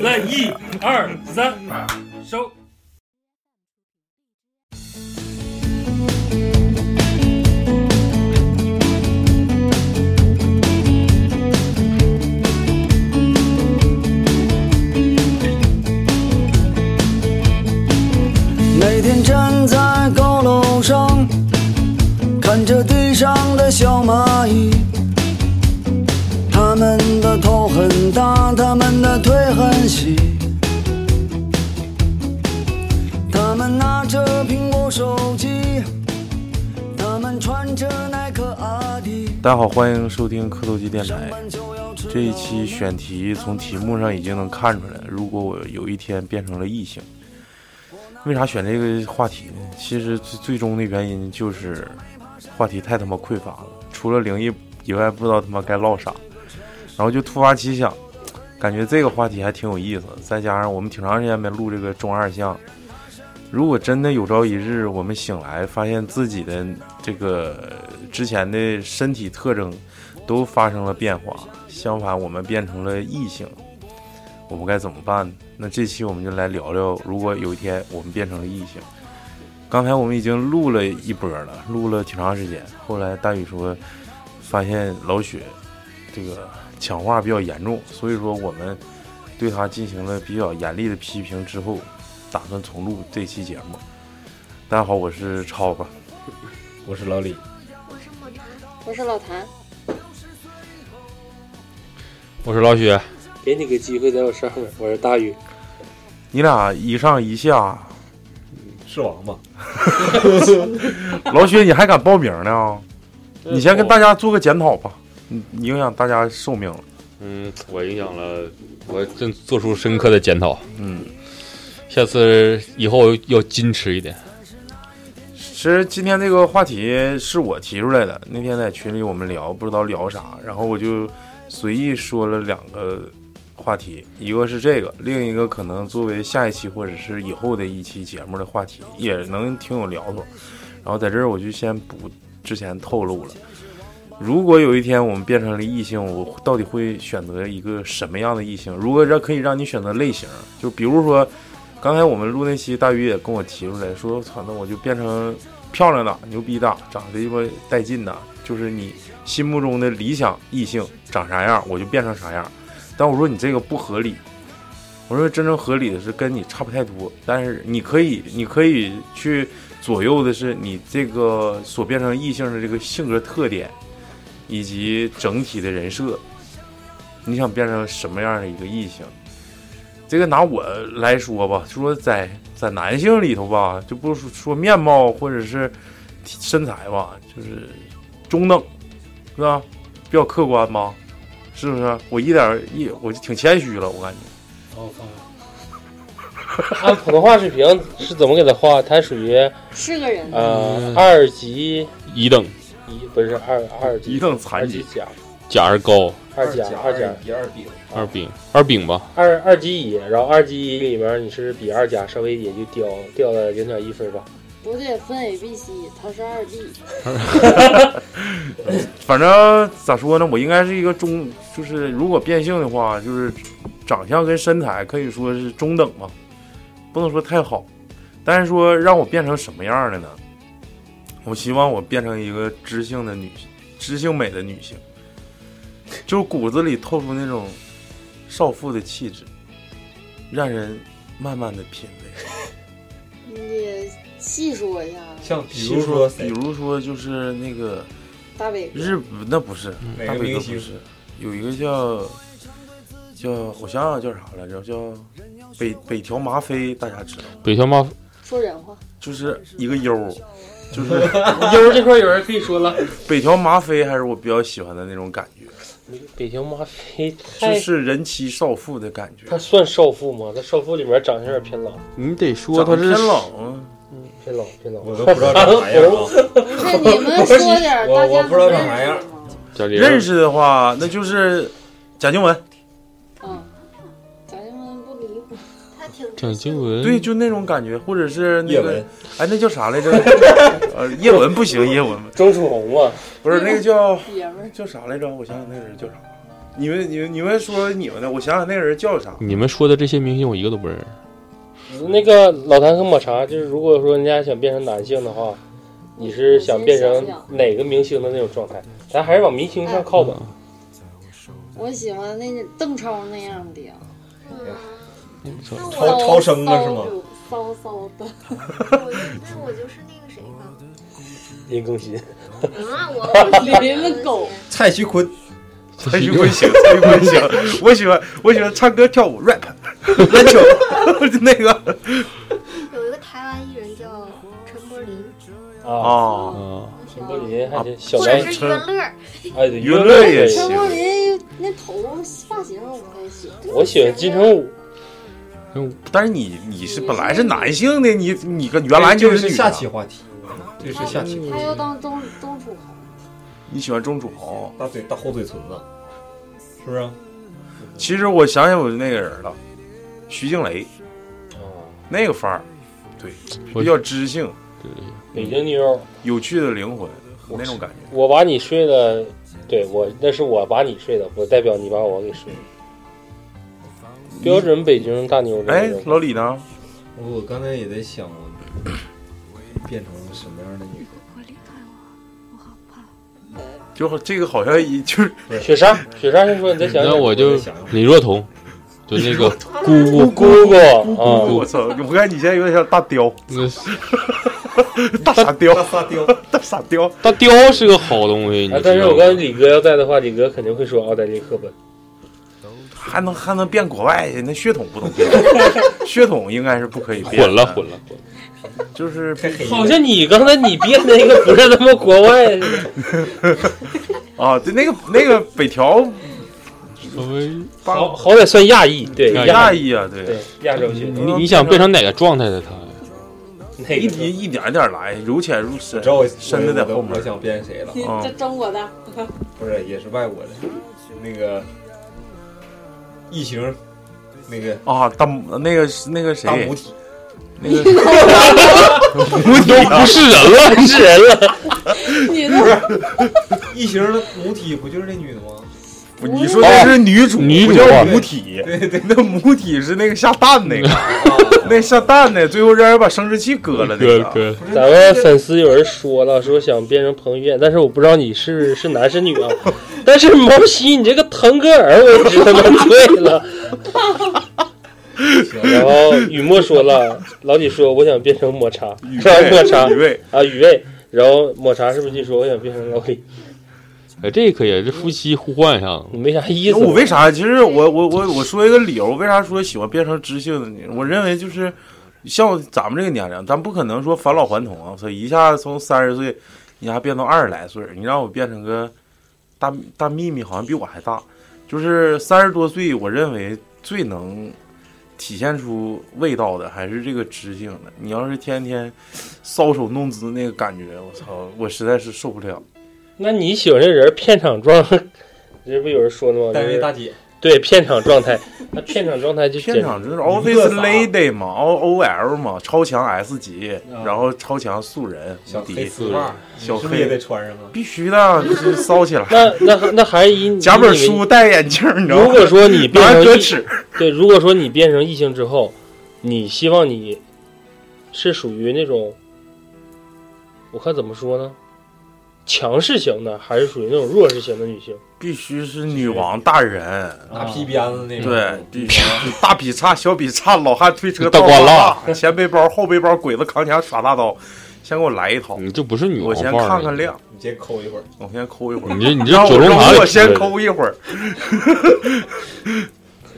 来一二三，收。每天站在高楼上，看着地上的小蚂蚁，它们的头很大，它们的腿很细，它们拿着苹果手机，它们穿着耐克阿迪。大家好，欢迎收听磕头机电上台。班就要吃这一期选题从题目上已经能看出来，如果我有一天变成了异性，为啥选这个话题呢？其实最最终的原因就是话题太他妈匮乏了，除了灵异以外，不知道他妈该唠啥，然后就突发奇想，感觉这个话题还挺有意思。再加上我们挺长时间没录这个中二项，如果真的有朝一日我们醒来，发现自己的这个之前的身体特征都发生了变化，相反我们变成了异性，我们该怎么办呢？那这期我们就来聊聊，如果有一天我们变成了异性。刚才我们已经录了一波了，录了挺长时间。后来大宇说，发现老雪这个强化比较严重，所以说我们对他进行了比较严厉的批评之后，打算重录这期节目。大家好，我是超子。我是老李，我是老谭，我是老许，给你个机会在我上面，我是大宇，你俩一上一下，是王八。老雪你还敢报名呢？你先跟大家做个检讨吧，你你影响大家寿命了。嗯，我影响了，我正做出深刻的检讨，嗯，下次以后要矜持一点。其实今天这个话题是我提出来的，那天在群里我们聊，不知道聊啥，然后我就随意说了两个话题，一个是这个，另一个可能作为下一期或者是以后的一期节目的话题，也能挺有聊头。然后在这儿我就先不之前透露了，如果有一天我们变成了异性，我到底会选择一个什么样的异性？如果这可以让你选择类型，就比如说。刚才我们录那期，大鱼也跟我提出来说，操，那我就变成漂亮的、牛逼的、长得鸡巴带劲的，就是你心目中的理想异性长啥样，我就变成啥样。但我说你这个不合理，我说真正合理的是跟你差不太多，但是你可以， 你可以去左右的是你这个所变成异性的这个性格特点，以及整体的人设，你想变成什么样的一个异性？这个拿我来说吧，就说在在男性里头吧，就不说说面貌或者是体身材吧，就是中等，是吧？比较客观吧，是不是？我一点儿一我就挺谦虚了，我感觉。按普通话水平是怎么给他画？他属于是个人。呃嗯二级一等一，不是二二级一等二残级疾，甲，甲是高，二甲二甲一二饼，二丙二丙吧，二二级乙，然后二级乙里面你是比二甲稍微也就掉掉了零点一分吧。不对，分 A、B、C，他是二 B，反正咋说呢，我应该是一个中，就是如果变性的话，就是长相跟身材可以说是中等吧，不能说太好。但是说让我变成什么样的呢？我希望我变成一个知性的女，知性美的女性，就是骨子里透出那种少妇的气质，让人慢慢的品味。你得细说一下。像比比如说哎比如说就是那个大伟哥，日本那不是，哪大个伟明哥不星是，有一个叫叫我想想叫啥来着，叫北北条麻妃，大家知道吗，北小马说人 话。就是一个优，就是 优这块有人可以说了，北条麻妃还是我比较喜欢的那种感觉。北条麻妃就太，是人妻少妇的感觉。她算少妇吗？她少妇里面长相有点偏老，你得说他长是得偏老啊，嗯，偏老偏老。我都不知道长啥样啊！不是你们说点儿， 我大家我不知道长啥认样识吗？贾玲认识的话，那就是贾静雯，嗯，咱们不离谱，他挺蒋经文对，就那种感觉，或者是那叶个文，哎，那叫啥来着？ 呃，叶文不行，叶文郑楚红啊，不是那个叫爷们儿。叫啥来着？我想想那个人叫啥？你们你们你们说你们的，我想想那个人叫啥？你们说的这些明星我一个都不认识。那个老谭和抹茶，就是如果说人家想变成男性的话，你是想变成哪个明星的那种状态？咱还是往明星上靠吧。嗯我喜欢那个邓超那样的呀，哎超超生了是吗？骚骚的， 那我就是那个谁吧。林更新，啊，我我比人们狗。蔡徐坤，蔡徐坤行，蔡徐坤行，我喜欢我喜欢唱歌跳舞 rap 篮球，就 那个有一个台湾艺人叫陈柏霖，啊，啊， 啊，我喜欢陈柏霖还是小或白者，是袁乐儿，哎，对，娱乐也陈行柏霖那头发型我不太喜欢，我喜欢金城武，但是你你是本来是男性的，你你跟原来你这就是女下的，期话题，这是下期话题。他要当钟钟楚红。你喜欢钟楚红。大嘴大厚嘴唇子，是不是？其实我想想我就那个人了，徐静蕾嗯啊那个范儿，对，我比较知性，北京妞儿，有趣的灵魂那种感觉。我把你睡了，对我那是我把你睡了，不代表你把我给睡了。标准北京大妞的哎那，种，老李呢？我刚才也在想，我变成什么样的女的？就这个好像一就是雪莎，雪莎先说，你再想那想。我就我想李若彤，就那个姑姑姑姑啊， 我操！我看你现在有点像大雕， 那大傻大雕，撒雕， 大傻雕。大雕是个好东西，你知道啊吗？但是我跟李哥要在的话，李哥肯定会说奥黛丽·赫本。还能还能变国外去？那血统不能变， 血统应该是不可以变的。混了混了混了，就是太黑好了。像你刚才你变那个不是他妈国外的，啊，对那个那个北条稍微八好好歹算亚裔，对亚裔，裔啊，对对，亚洲血你你想变成哪个状态的他呀？那一个点一点点来，由浅入深你知道我。深的在后面我。想变谁了？啊这中国 的，不是，也是外国的，那个异形，那个啊，大那个那个大谁，母体，那 个母体都不是人了，是人了，女的异形的母体不就是那女的吗？不你说的是哦女主，女不主叫啊母体。对对，那母体是那个下蛋那个，那下蛋的，最后让人把生殖器割了那哥个。哥，不是咱们粉丝有人说了，说想变成彭于晏，但是我不知道你是是男是女啊。但是毛西，你这个腾格尔，我只能对了。然后雨墨说了，老李说我想变成抹茶，雨然后抹茶卫，雨卫，啊雨卫，然后抹茶是不是就说我想变成老李？哎，这可以，这夫妻互换上，你没啥意思。我为啥？其实我我我我说一个理由，为啥说喜欢变成知性的女人？我认为就是像咱们这个年龄，咱不可能说返老还童啊！我操，一下从三十岁，一下变到二十来岁，你让我变成个大大秘密，好像比我还大。就是三十多岁，我认为最能体现出味道的还是这个知性的。你要是天天搔首弄姿那个感觉，我操，我实在是受不了。那你喜欢这人片场状？ 这不有人说的吗？单就位是大姐，对片场状态，那片场状态就片简场就是个 Office 啥 Lady 嘛，O O L 嘛，超强 S 级，啊然后超强素人无小黑敌，丝袜，小是不是也黑得穿上啊？必须的，就是 骚起来。那那那还是以夹本。你以为书戴眼镜，你知道如吗？果说你变拿成折异尺，对，如果说你变成异性之后，你希望你是属于那种，我看怎么说呢，强势型的，还是属于那种弱势型的女性？必须是女王大人，拿屁鞭子哎那种，对，必须大劈叉、小劈叉、老汉推车、大瓜拉，前背包、后背包，鬼子扛枪耍大刀，先给我来一套，你这不是女我王先嗯范儿。啊看看量，你先抠一会儿，我先抠一会儿。你这你这让我九龙塔让里我先抠一会儿，可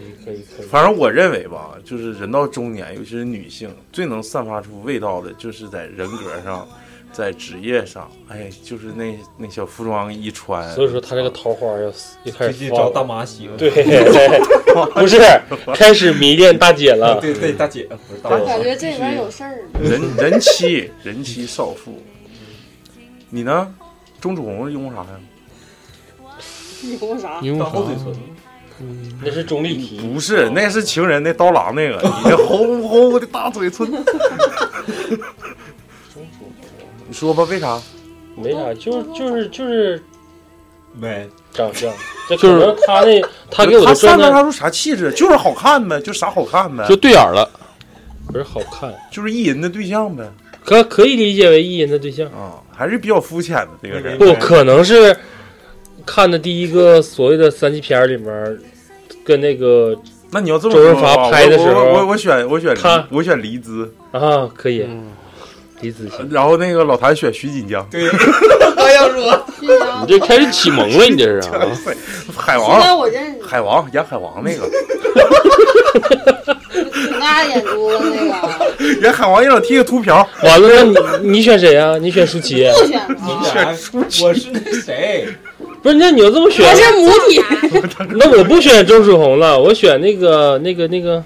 以，可以，可以。反正我认为吧，就是人到中年，尤其是女性，最能散发出味道的，就是在人格上、在职业上，哎，就是那那小服装一穿，所以说他这个桃花要一开最始近放找了大妈洗了对 对，不是开始迷恋大姐了，啊对对大姐不是大我感觉这里边有事儿。人人妻人妻少妇，你呢？钟楚红是用啥呀？你用啥？当后嘴唇。那是钟丽缇，不是，那是情人那刀郎那个，你 这红红我的大嘴唇。你说吧，为啥？没啥，就就是就是没长相，这就可是能他那他给我的散状发态出啥气质？就是好看呗，就啥好看呗，就对眼儿了，不是好看，就是意淫的对象呗。可可以理解为意淫的对象啊，还是比较肤浅的这个人。不可能是看的第一个所谓的三级片儿里面儿，跟那个那你要这么周说润的发话，拍的时候，我我我我选我选他我选黎姿啊，可以，李子柒。然后那个老谭选徐锦江，对，他要说，你这开始启蒙 了，你这是、啊海现在王，我认海王演海王那个，挺大眼珠子那个，演海王让我剃个秃瓢，完了，那你你选谁啊？你选舒淇？不选了。我是那谁，不是，那你要这么选，我是母体。那我不选郑楚红了，我选那个那个那个，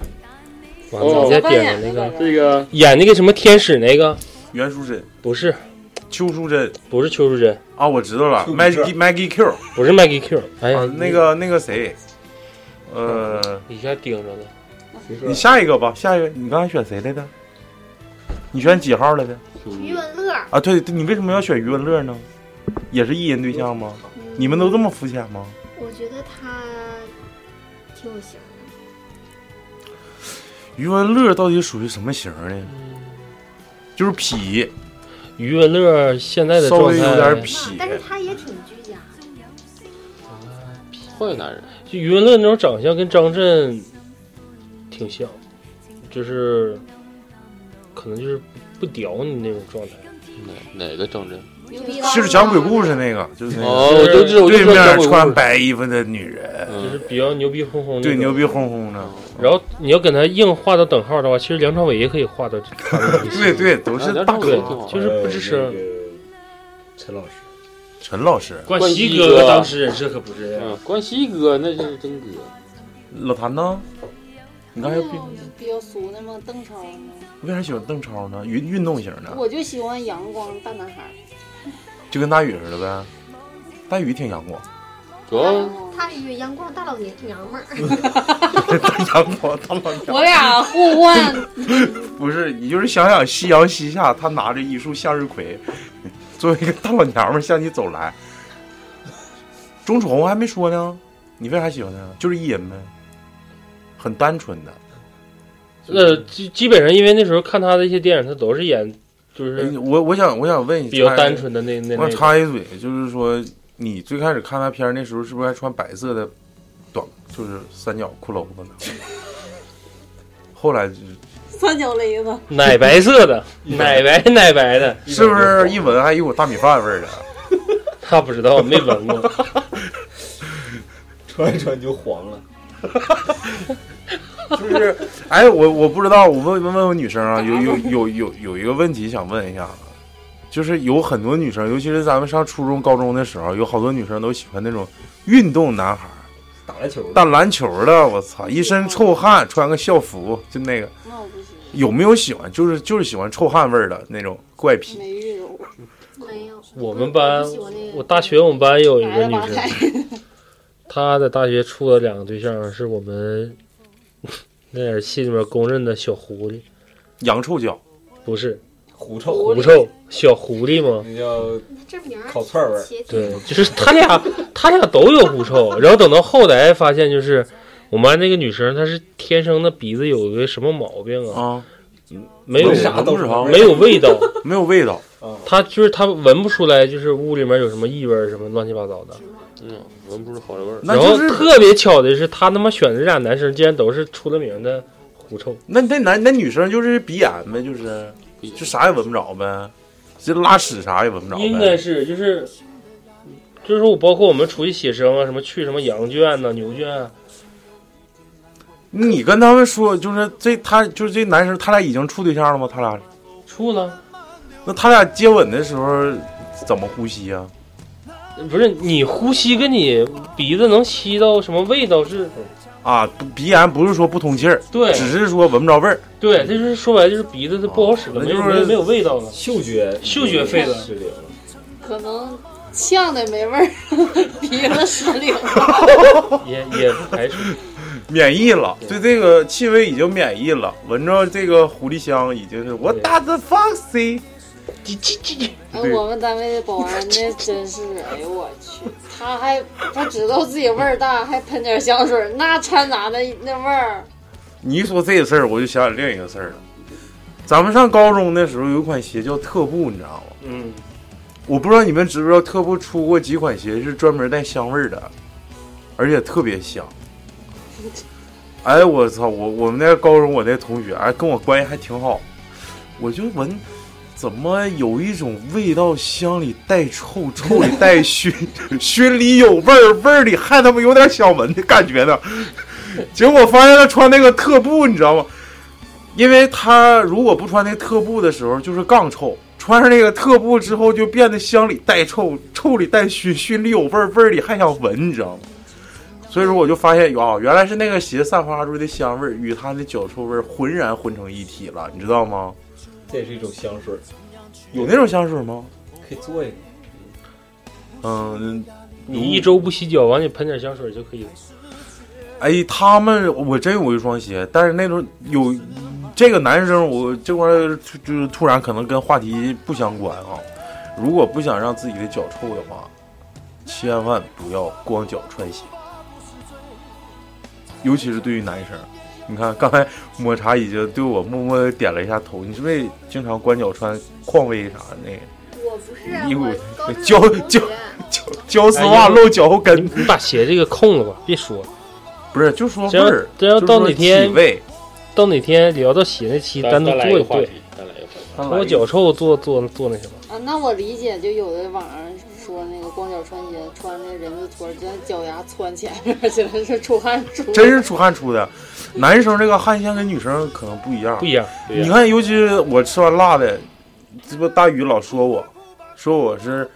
完了，哦我再点了那个这个演那个什么天使那个，袁淑珍不是，邱淑贞不是邱淑贞啊，我知道了，Maggie Maggie Q，不是 Maggie Q，哎呀，啊那个那个谁，呃，一下盯着了，你下一个吧，下一个，你刚才选谁来的？你选几号来的？余文乐，啊，对，对你为什么要选余文乐呢？也是意淫对象吗？你们都这么肤浅吗？我觉得他挺有型的。余文乐到底属于什么型儿呢？就是痞，余文乐现在的稍状微态有点痞，但是他也挺啊居家的。坏男人。就余文乐那种长相跟张震挺像，就是可能就是不不屌你那种状态。哪哪个张震？就是讲鬼故事那个，就是那个哦我就知道我就对知道讲鬼面故事穿白衣服的女嗯人，就是比较牛逼哄哄，嗯对，牛逼。哄哄的，然后你要跟他硬画到等号的话，其实梁朝伟也可以画到。对对，都是大对哥，啊就是不啊吱声。陈老师，陈老师，冠希冠希哥当时人设可不是这样嗯，关西哥那就是真哥。老谭呢？你刚才那种比较哦俗的嘛，邓超嘛，为啥喜欢邓超呢？运运动型的，我就喜欢阳光大男孩儿。就跟大宇似的呗。大宇挺阳光，主要他一个阳光大老年娘们儿，阳光大老娘。我俩互换，不是，你就是想想夕阳西下，他拿着一束向日葵， 作为一个大老娘们儿向你走来。钟楚红还没说呢，你为啥喜欢他？就是意淫呗，很单纯的。那呃基基本上，因为那时候看他的一些电影，他都是演就是哎我我想我想问一下，比较单纯的那那我那想种插一嘴，就是说你最开始看他片儿那时候，是不是还穿白色的短，就是三角裤头子呢？后来就是三角雷子， 奶白色的，奶白奶白的，是不是一闻还有股大米饭味儿啊的？他不知道，没闻过。穿一穿就黄了， 就是，哎，我我不知道，我问问问问女生啊，有有有有有一个问题想问一下，啊就是有很多女生，尤其是咱们上初中、高中的时候，有好多女生都喜欢那种运动男孩儿，打篮球打篮球的，我操，一身臭汗，穿个校服，就那个，那我不行，有没有喜欢？就是就是喜欢臭汗味儿的那种怪癖。没遇着过。没有。我们班，我大学我们班有一个女 生，她在大学处的两个对象是我们那点儿系里面公认的小狐狸，羊臭脚，不是狐臭，狐臭，小狐狸吗？那叫这名儿烤串味儿，对，就是他俩，他俩都有狐臭。然后等到后来发现，就是我们班那个女生，她是天生的鼻子有一个什么毛病啊？没有闻啥都是啊没有味道，没有味道。她就是她闻不出来，就是屋里面有什么异味儿什么乱七八糟的。嗯，闻不出好的味儿。然后特别巧的是，她他妈选的这俩男生竟然都是出了名的狐臭。那那男那女生就是鼻炎呗，就是就啥也闻不着呗，这拉屎啥也闻不着呗。应该是就是，就是我包括我们出去写生啊，什么去什么羊圈呐、牛圈啊，你跟他们说，就是这他就是这男生，他俩已经处对象了吗？他俩处了。那他俩接吻的时候怎么呼吸啊？不是你呼吸跟你鼻子能吸到什么味道是？啊，不鼻炎不是说不通气儿，对只是说闻不着味儿。对，这就是说白了就是鼻子它不好使了，那没就有没是有没有味道了，嗅觉嗅觉废了。失灵可能呛的没味儿， 鼻子失 灵了。也也不排除。免疫了，对这个气味已经免疫了，闻着这个狐狸香已经是我打的 foxy，哎，对我们单位的保安那真是，哎呦我去，他还不知道自己味儿大，还喷点香水，那掺杂的那味儿，你一说这个事儿，我就想起另一个事儿了。咱们上高中的时候有一款鞋叫特步，你知道吗？嗯，我不知道你们知不知道，特步出过几款鞋是专门带香味儿的，而且特别香。哎，我操！我我们那高中我那同学，哎，跟我关系还挺好，我就闻，怎么有一种味道，香里带臭，臭里带 熏，熏里有味儿，味儿里还他妈有点想闻的感觉呢。结果发现他穿那个特步，你知道吗？因为他如果不穿那特步的时候，就是杠臭；穿上那个特步之后，就变得香里带臭，臭里带熏，熏里有味儿，味儿里还想闻，你知道吗？所以说，我就发现啊，原来是那个鞋散发出的香味儿与他的脚臭味儿浑然混成一体了，你知道吗？这也是一种香水儿，有那种香水吗？可以做一个。嗯，你一周不洗脚，完你喷点香水就可以了。哎，他们我真有一双鞋，但是那种有这个男生，我这块儿突就是突然可能跟话题不相关啊。如果不想让自己的脚臭的话，千万不要光脚穿鞋，尤其是对于男生。你看刚才抹茶已经对我默默的点了一下头，你是不是经常光脚穿匡威啥的那个？ 我不是啊你我我高中胶有同胶学胶胶丝袜露脚后跟，你把鞋这个空了吧，别说了。不是就说这味要儿，这要就到说哪天体味，到哪天聊到鞋那期，单单独单来一做个话对题，单来一个话题单来一我个脚臭做做做那什么。啊，那我理解，就有的网上说那个光脚穿鞋，穿的人字拖，就像脚丫窜前 面去了，是出汗出。真是出汗出的。男生这个汗腺跟女生可能不一样，不一样不一样你看，尤其是我吃完辣的，这不大宇老说我，说我是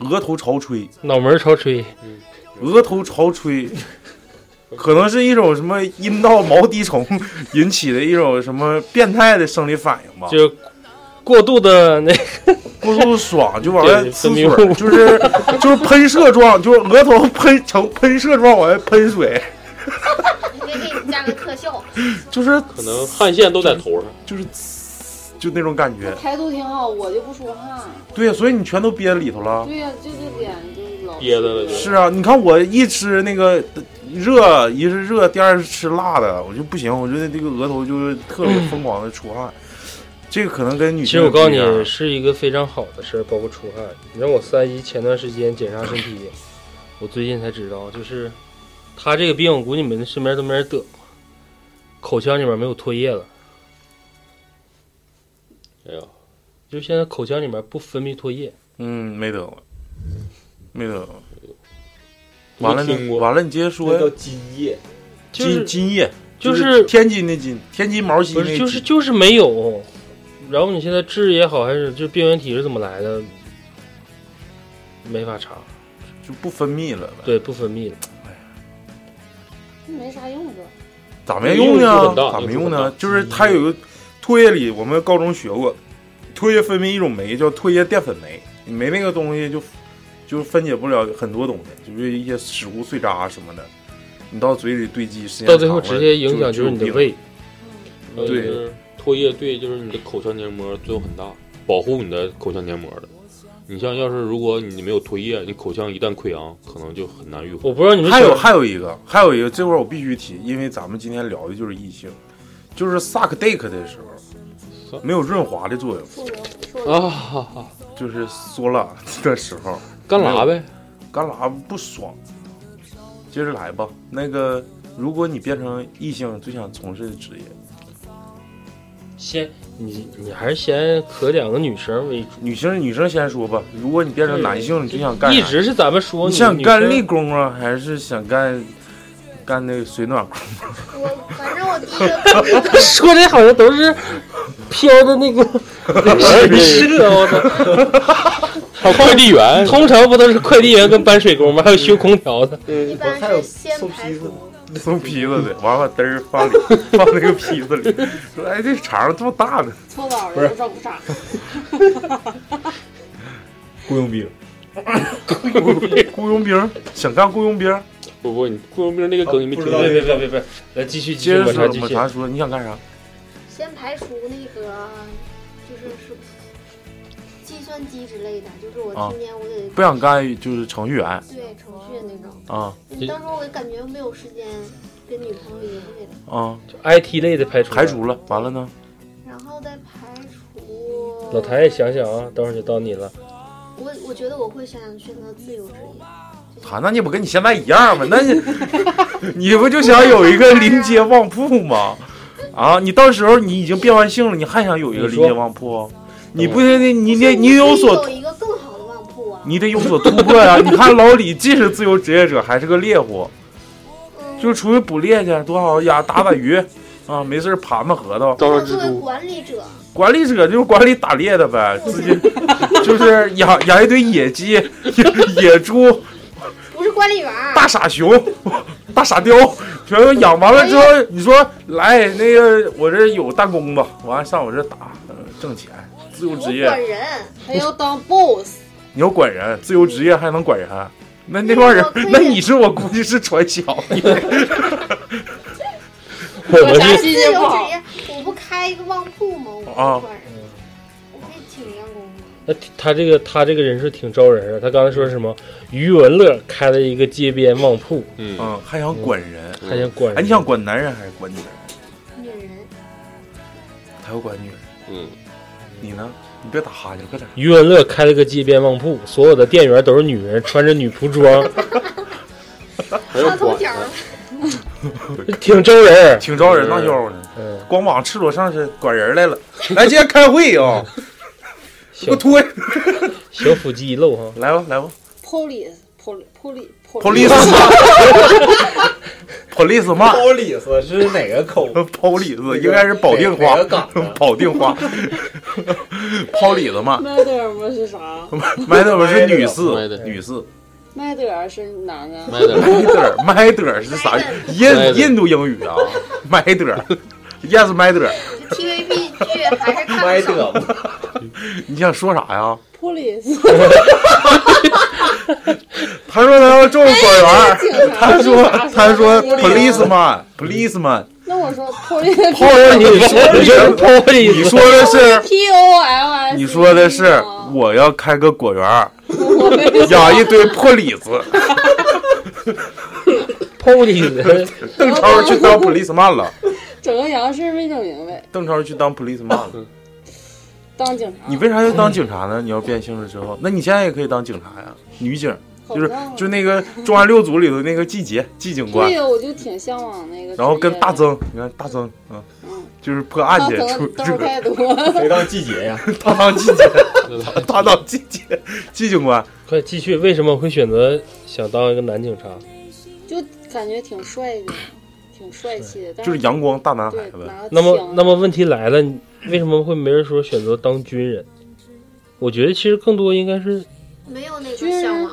额头潮吹，脑门朝吹，额头潮吹，可能是一种什么阴道毛滴虫引起的一种什么变态的生理反应吧，就过度的那过度爽就往外对呲分泌水，物就是就是喷射状，就是额头喷成喷射状往外喷水，你可以给你加个特效，就是可能汗腺都在头上，就是就那种感觉。态度挺好，我就不出汗。对呀，所以你全都憋里头了。对呀、就这脸就是老憋的了就是啊，你看我一吃那个热，一是热，第二是吃辣的，我就不行，我觉得这个额头就是特别疯狂的出嗯汗。这个可能跟女其性实我告诉不一样啊你，是一个非常好的事儿，包括出汗。你让我三姨前段时间检查身体，我最近才知道，就是她这个病，我估计你们身边都没人得过，口腔里面没有唾液了。哎呦，就现在口腔里面不分泌唾液，嗯，没得过，没得过。没完了呢听过完了，你接着说那呀叫。津液，就是津津液就是天津的津，天津毛不巾那是就是津就是没有。然后你现在治也好，还是就病原体是怎么来的，没法查，就不分泌了呗，对，不分泌了。没啥用的。咋没用用处呢？很大咋没用用处很呢大？就是它有一个唾液里，我们高中学过，唾液分泌一种酶叫唾液淀粉酶，你没那个东西就就分解不了很多东西，就是一些食物碎渣啊什么的，你到嘴里堆积，时间到最后长了直接影响就是你的有病胃。嗯还有就是唾液对，就是你的口腔黏膜作用很大，保护你的口腔黏膜的。你像要是如果你没有唾液，你口腔一旦溃疡，可能就很难愈合。我不知道你们还有小还有一个，还有一个，这块儿我必须提，因为咱们今天聊的就是异性，就是 suck dick 的时候，没有润滑的作用哦啊哈哈，就是缩了的时候，干拉呗，干拉不爽。接着来吧，那个，如果你变成异性，最想从事的职业，先你你还是先可两个女生为主。女生女生先说吧。如果你变成男性，你最想干啥？一直是咱们说你女想干女 立生功啊，还是想干干那个水暖工？我反正我第一个 说的好像都是飘的那个是啊，我操！好快递 员，通常不都是快递员跟搬水工吗？还有修空调的。一般是先排除送皮子的，完完嘚儿 放里放那个皮子里，说哎这肠儿这么大呢，搓澡不是的整不傻，雇佣 兵，雇佣兵，雇佣兵，想干雇佣兵，不不，你雇佣兵那个梗你没听过别别别别来继续接着继续说抹茶继续抹茶说你想干啥？先排除那个就是是计算机之类的，就是我啊今天我得、不想干就是程序员对程序那种。啊当时我感觉没有时间跟女朋友约会了，啊，IT 类的排除排除了，完了呢？然后再排除老谭也想想啊，等会儿就到你了。我，我觉得我会想选择自由职业。啊，那你不跟你现在一样吗？那你你不就想有一个临街旺铺吗？啊，你到时候你已经变完性了，你还想有一个临街旺铺？啊你不行，你你得你有所有一个更好的旺铺啊！你得有所突破呀、你看老李既是自由职业者，还是个猎户，就出去捕猎去，多好呀！打打鱼啊，没事儿盘盘核桃，我作为管理者，管理者就是管理打猎的呗，自己 就是养养一堆野鸡、 野野猪、不是管理员儿，大傻熊、 大傻雕，全都养完了之后，哎你说来那个我这有弹弓子，完了上我这打、呃挣钱，自由职业。管人，还要当 boss，你要管人，自由职业还能管人？那那帮人，那你是我估计是传销。 我我们自是由职业，我不开一个旺铺吗？我啊不管人，我可以请员工吗？那他这个他这个人是挺招人啊。他刚才说什么？余文乐开了一个街边旺铺，嗯还想管人，还想管人哎，你想管男人还是管女人？女人，他要管女人。嗯，你呢？你别打哈欠，快点。余文乐开了个街边旺铺，所有的店员都是女人，穿着女仆装，还要头管条儿 挺招人，挺招人，那家伙呢，光膀赤裸上身，管人 来了。来，今天开会啊，给我推。小腹肌一露哈，来吧，来吧。 police police police police 骂，police 是哪个口 police 应该是保定话哪个岗的，保定话 police 骂。麦德尔吗是啥？麦德尔是女士麦德，尔女士。麦德尔是男的，麦德尔，麦德尔是啥？印印度英语啊，麦德尔，yes 麦德尔， TVB 剧还是看麦不少。德，你想说啥呀？ police， 他说他要中哎管这个员警，察他说他说这个 policeman，policeman，那我说 police，你说 police，你说的是 P O L S，E 你说的是 我要开个果园儿， 养一堆破李 子，破李子，邓超去当 policeman 了，整个洋事没整明白，邓超去当 policeman 了。当警察你为啥要当警察呢？你要变性了之后，那你现在也可以当警察呀，女警，就是好棒啊就那个《重案六组》里头那个季杰，季警官对，呀，我就挺向往那个职业的，然后跟大曾，你看大曾，嗯，就是破案去大，曾出兜出太多了 谁当季杰呀？他当季杰，他他当季杰，季警官，快继续，为什么会选择想当一个男警察？就感觉挺帅的，挺帅气的，但就是阳光大男孩呗那么，那么问题来了，你为什么会没人说选择当军人？我觉得其实更多应该是，没有那个向往。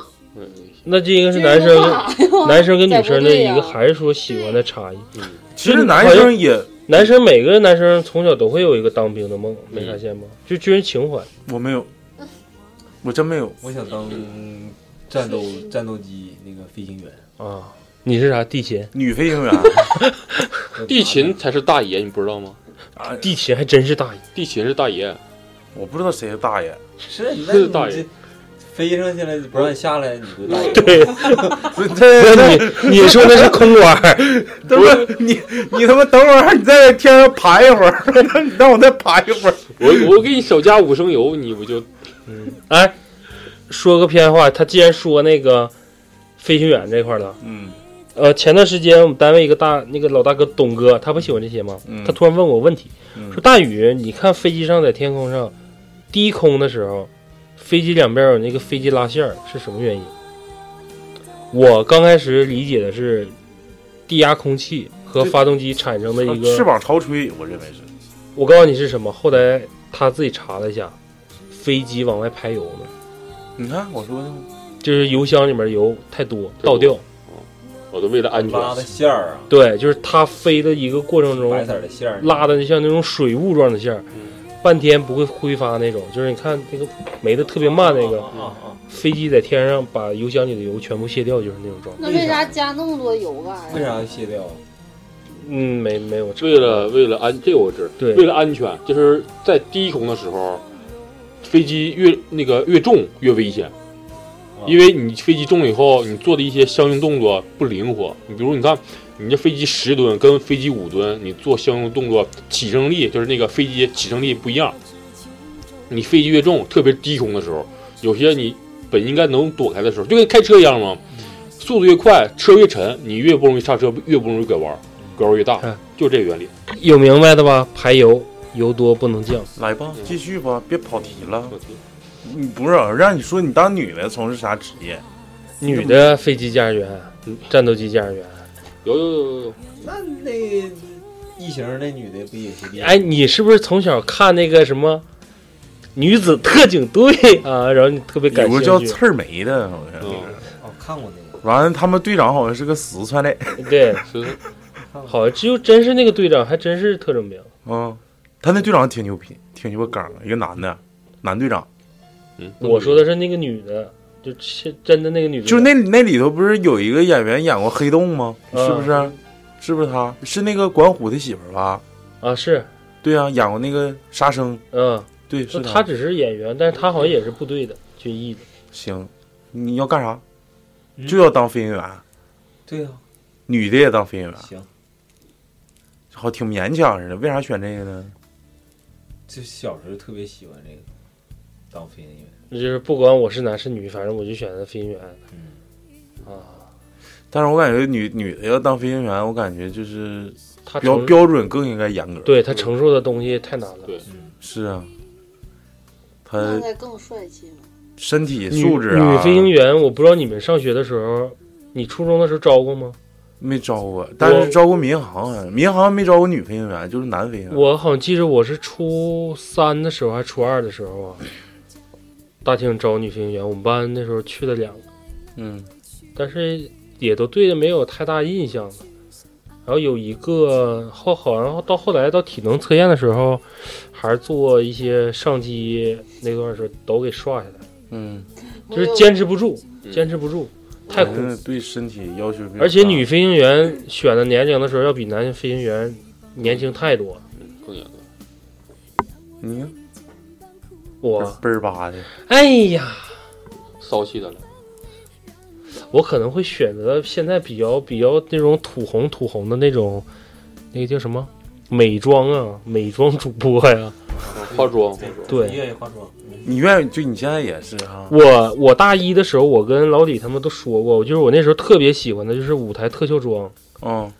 那就应该是男生跟男生跟女生的一个还是说喜欢的差异。其实男生也，男生每个男生从小都会有一个当兵的梦，没发现吗？就军人情怀。我没有，我真没有，我想当战斗战斗机那个飞行员啊，你是啥地勤？女飞行员地勤才是大爷，你不知道吗？地勤还真是大爷，地勤是大爷。我不知道谁是大爷， 是那是你大爷这飞上去了，你不让你下来，你就大爷。 对不你你说的是空管，等会儿你你他妈等会儿你在天上爬一会儿， 你让我再爬一会儿。我我给你少加五升油，你不就？哎，说个偏话，他既然说那个飞行员这块儿了，嗯，呃，前段时间我们单位一个大那个老大哥董哥，他不喜欢这些吗？嗯他突然问我问题，嗯说大宇，你看飞机上在天空上低空的时候，飞机两边有那个飞机拉线儿是什么原因？我刚开始理解的是低压空啊气和发动机产生的一个翅膀潮吹，我认为是。我告诉你是什么，后来他自己查了一下，飞机往外排油呢。你看我说的吗？就是油箱里面油太多倒掉。我哦都为了安全拉的线儿啊，对，就是它飞的一个过程中，白色的线儿拉的像那种水雾状的线儿，半天不会挥发那种。就是你看那个没的特别慢那个，飞机在天上把油箱里的油全部卸掉，就是那种状态。那为啥加那么多油干啥为啥要卸掉？嗯，没没有。为了为了安，这个我知。对，为了安全，就是在低空的时候，飞机越那个越重越危险。因为你飞机中了以后，你做的一些相应动作不灵活。你比如你看，你这飞机十吨跟飞机五吨，你做相应动作起升力就是那个飞机起升力不一样。你飞机越重，特别低空的时候，有些你本应该能躲开的时候，就跟开车一样嘛，速度越快，车越沉，你越不容易刹车，越不容易拐弯，拐弯越大，就这个原理。有明白的吧？排油，油多不能降。来吧，继续吧，别跑题了。你不是啊让你说你当女的从事啥职业？女的飞机驾驶员，战斗机驾驶员。有有有有。那那异形那女的不也是厉害？哎，你是不是从小看那个什么女子特警队啊？然后你特别感有兴个趣。嗯叫刺儿梅的，好像是。哦，看过那完了，他们队长好像是个四川的。对，好像就真是那个队长，还真是特种兵。嗯，他那队长挺牛逼，挺牛巴刚，一个男的，男队长。嗯，我说的是那个女的，就是真的那个女的。就是那那里头不是有一个演员演过《黑洞》吗？嗯是不是？是不是他？是那个管虎的媳妇儿吧？啊，是。对啊，演过那个《杀生》。嗯，对，是他只是演员，但是他好像也是部队的军医的。行，你要干啥？嗯就要当飞行员。对呀、女的也当飞行员。行，好，挺勉强似的。为啥选这个呢？就小时候特别喜欢这个当飞行员。就是不管我是男是女，反正我就选择飞行员。但是我感觉女女的要当飞行员，我感觉就是她标承标准更应该严格。对他承受的东西太难了。对，是啊，她那才更帅气呢。身体女素质啊，女飞行员，我不知道你们上学的时候，你初中的时候招过吗？没招过，但是招过民航，好像民航没招过女飞行员，就是男飞行员。我好像记着我是初三的时候还初二的时候啊，大厅招女飞行员，我们班那时候去了两个，嗯，但是也都对没有太大印象了。然后有一个后好像到后来到体能测验的时候，还是做一些上机那段时候都给刷下来，嗯，就是坚持不住，坚持不住，太苦。嗯对身体要求比较大，而且女飞行员选的年龄的时候，要比男飞行员年轻太多了。更严格。你啊呢我倍儿巴的，哎呀，骚气的了。我可能会选择现在比较比较那种土红土红的那种，那个叫什么美妆啊，美妆主播呀、化妆，对你愿意化妆，你愿意就你现在也是哈，我我大一的时候，我跟老李他们都说过，我就是我那时候特别喜欢的就是舞台特效妆。嗯。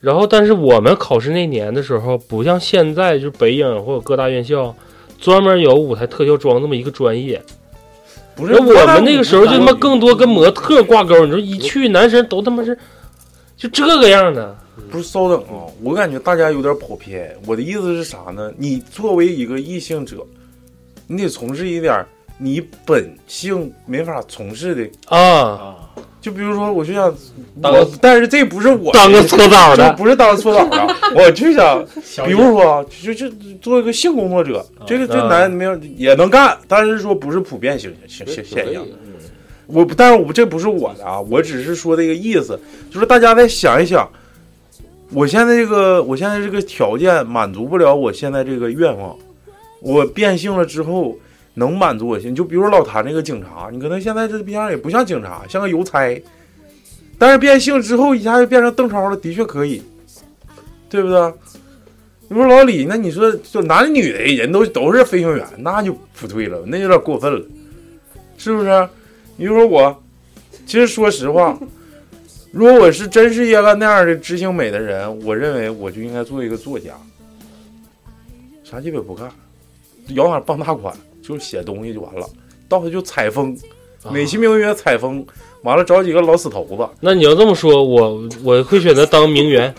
然后，但是我们考试那年的时候，不像现在，就是北影或者各大院校专门有舞台特效妆这么一个专业。不然后我们那个啊时候就他妈更多跟模特挂钩，你说一去男神都他妈是就这个样的。不是稍等啊，我感觉大家有点跑偏。我的意思是啥呢？你作为一个异性者，你得从事一点儿你本性没法从事的啊。就比如说，我就想当个我，但是这不是我当个搓澡的就不是当个搓澡 的，啊我就想，小比姐如说啊，就就就做一个性工作者，这个这啊男没有也能干，但是说不是普遍现现现现象。嗯我不，但是我这不是我的啊，我只是说这个意思，就是大家再想一想，我现在这个我现在这个条件满足不了我现在这个愿望，我变性了之后能满足我心，就比如说老谭这个警察，你可能现在这逼样也不像警察，像个邮差，但是变性之后一下就变成邓超了，的确可以，对不对？你说老李，那你说就男女的人都都是飞行员，那就不对了，那有点过分了，是不是？你就说我，其实说实话，如果我是真是一个那样的知性美的人，我认为我就应该做一个作家，啥基本不干，摇点傍大款，就是写东西就完了，到时就采风，美其名曰采风，完了找几个老死头子，那你要这么说，我我会选择当名媛，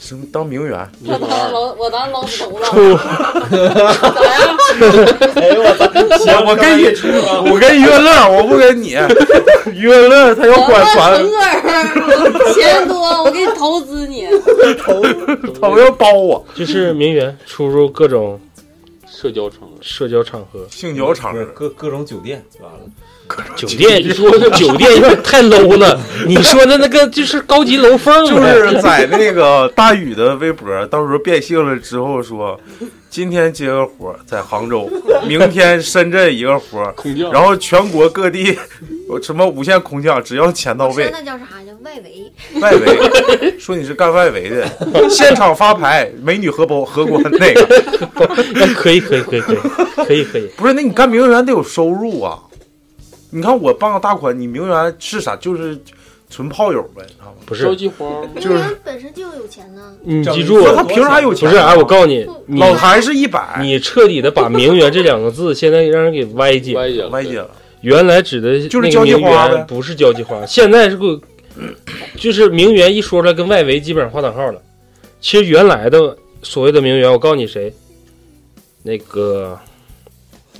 什么当名媛？我当老我当老鼠头出了，咋样？哎呦我行，我跟你我跟约乐，我不跟你约乐，他要管我管成个人， 钱多，我给你投资你。头要包我，就是名媛出入各种社交场合、社交场合、性交场合、各各种酒店，完了，酒店，你说那酒店有 点太 low 了。你说的那个就是高级楼啊缝呗，就是在那个大宇的微博，到时候变性了之后说，今天接个活儿在杭州，明天深圳一个活儿，然后全国各地什么无限空降，只要钱到说位，那叫啥？叫外围。外围说你是干外围的，现场发牌，美女荷包荷官那个，可以可以可以可以可以可以，不是，那你干名媛得有收入啊。你看我傍个大款，你名媛是啥？就是纯炮友呗，不是烧鸡花，就明是明本身就有钱呢。你记住，那他凭啥有钱不是，哎，我告诉你，你老谭是一百，你彻底的把“名媛”这两个字现在让人给歪解，歪解了，歪解了。原来指的就那是个交际名花媛呗不是交际花，现在是个，就是名媛一说出来跟外围基本上划等号了。其实原来的所谓的名媛，我告诉你谁，那个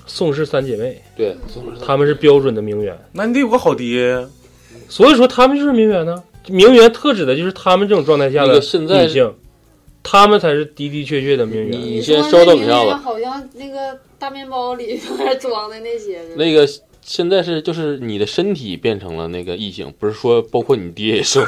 宋氏三姐妹，对，她们是标准的名媛。那你得有个好爹，所以说她们就是名媛呢。名媛特指的就是她们这种状态下那的个现在女性，她们才是的的确确的名媛。你先稍等一下吧。好像那个大面包里边装的那些似的。那个现在是就是你的身体变成了那个异性，不是说包括你爹也是 吧？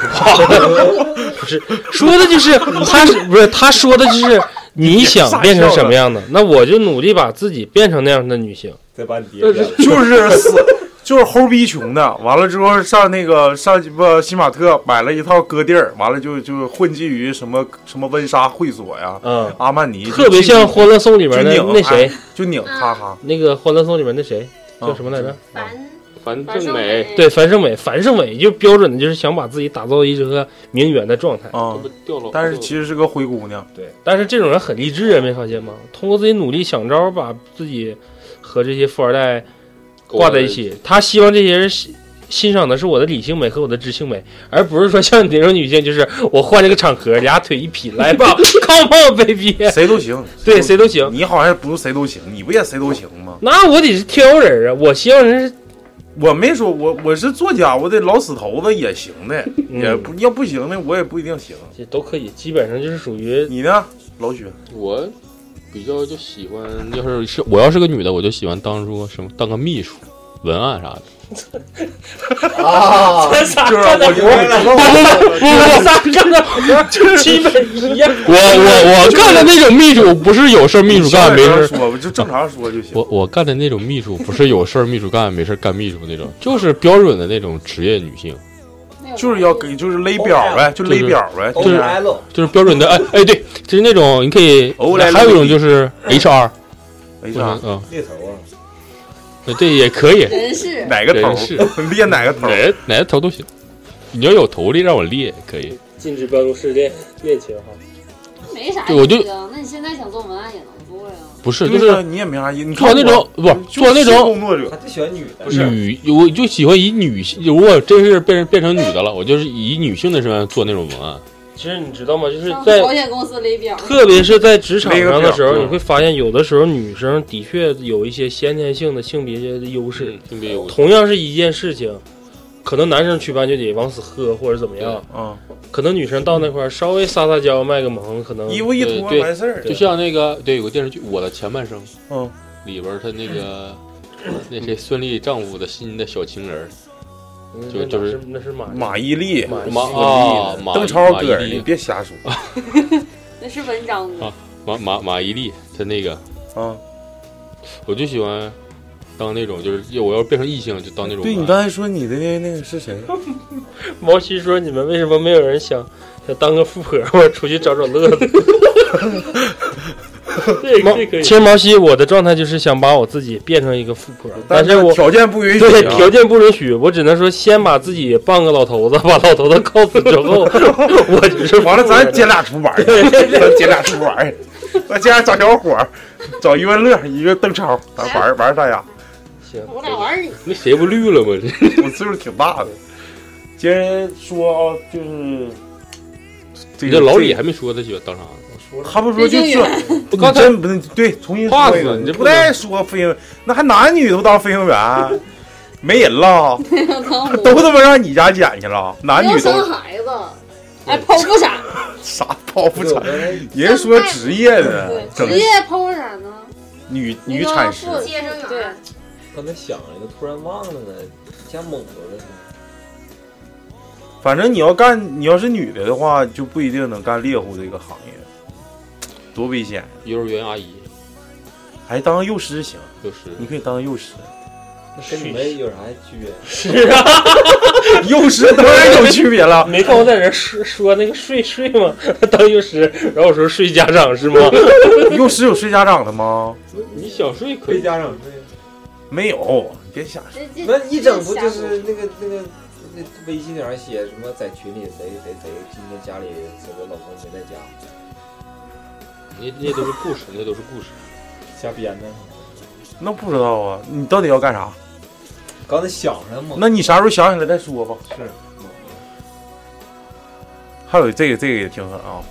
不是，说的就是他是不是他说的 就是你想变成什么样的，那我就努力把自己变成那样的女性。再把你爹就是就是死， 就是齁逼穷的。完了之后上那个上不新玛特买了一套戈地儿，完了就就混迹于什么什么温莎会所呀，啊嗯，阿曼尼，特别像《欢乐颂》里面的就拧那谁哎，就拧哈哈。那个《欢乐颂》里面的谁叫什么来着？樊正美对，樊胜美，樊胜美就标准的就是想把自己打造一个名媛的状态。啊，掉了，但是其实是个灰姑娘，对，但是这种人很励志啊，没发现吗？通过自己努力想招，把自己和这些富二代啊挂在一起。他希望这些人欣欣赏的是我的理性美和我的知性美，而不是说像你那种女性，就是我换这个场合，俩腿一劈，来吧，Come on baby， 谁都行，对，谁都行。你好像不是谁都行，你不也谁都行吗？那我得是挑人啊，我希望人是我没说，我我是作家，我得老死头子也行的，嗯也不要不行的，我也不一定行。这都可以，基本上就是属于你呢，老许？我比较就喜欢，要是是我要是个女的，我就喜欢当说什么当个秘书、文案啥的。啊，咱仨就是干的我活儿，咱仨干的活儿基本一样。我我我干的那种秘书不是有事儿秘书干，没事儿说，我就正常说就行。我我干的那种秘书不是有事儿秘书干，没事儿干秘书那种，就是标准的那种职业女性，就是要给，就是勒表呗，就勒表呗，哦就是是就是标准的。哎哎，对，就是那种你可以，欧莱雅还有一种就是 HR，没嗯啥，嗯，呃猎头啊，对，也可以，真是哪个头人是 列哪个头，哪个哪个头都行。你要有头力让我列也可以，禁止办公室恋恋情哈。没啥对我就意思啊。那你现在想做文案也能做呀？不是就对是呀，你也没啥意思。你做那种不是做做那种工作者，他就喜欢女的，女，我就喜欢以女性，如果真是变成变成女的了，我就是以女性的身份做那种文案。其实你知道吗？就是上在保险公司勒表，特别是在职场上的时候，那个表你会发现有的时候女生的确有一些先天性的性别的优势。性别有同样是一件事情，可能男生去办就得往死喝或者怎么样，嗯，可能女生到那块儿稍微撒撒娇卖个萌，可能衣服一脱嗯对对完事儿，就像那个对有个电视剧《我的前半生》，嗯，里边儿他那个那谁孙俪丈夫的新的小情人儿嗯就那哪就是是那是马马伊琍、马马马啊伊琍马邓超哥儿，马伊琍你别瞎说那是文章啊。马马马伊琍，他那个啊！我就喜欢当那种就是我要变成异性就当那种对你文刚案才说你的那那个是谁？毛西说：“你们为什么没有人想想当个富婆？我出去找找乐子。” 对，毛其实毛西，我的状态就是想把我自己变成一个富婆，但是是我条件不允许对啊，条件不允许，我只能说先把自己傍个老头子，把老头子告死之后， 我就是完了咱姐俩出玩儿，咱姐俩出玩儿，咱姐俩找小伙儿，找一个乐，一个邓超，咱玩儿玩儿大家，啊行。 我俩玩儿，那谁不绿了吗？这我岁数挺大的。接着说啊，就是这你个这老李这还没说他喜欢当啥呢？他不说就飞行这员，你刚才真不能对重新怕说一死个，你这不不能带说飞行员，那还男女都当飞行员，没人了，都他妈让你家捡去了，男要女生都孩子，哎，剖腹产，啥剖腹产，人家说职业的，整职业剖腹产呢？女女产师，妇接生员，刚才想了一个，突然忘了呢，一下懵着了。反正你要干，你要是女的的话，就不一定能干猎户这个行业，多危险！幼儿园阿姨，还当幼师行，幼师你可以当幼师，那跟你们有啥区别？是啊，幼师当然有区 别了。没看我在这说说那个睡睡吗？ 当幼师，然后我说睡家长 是吗？幼师有睡家长的吗？你想睡可以家长睡，没有，你别瞎说。那一整不就是那个那个那微信上写什么在群里谁谁谁今天家里我老公没在家，那那都是故事，那都是故事，瞎编的。那不知道啊，你到底要干啥？刚才想上嘛，那你啥时候想起来再说吧。哦是。还有这个，这个也挺狠啊！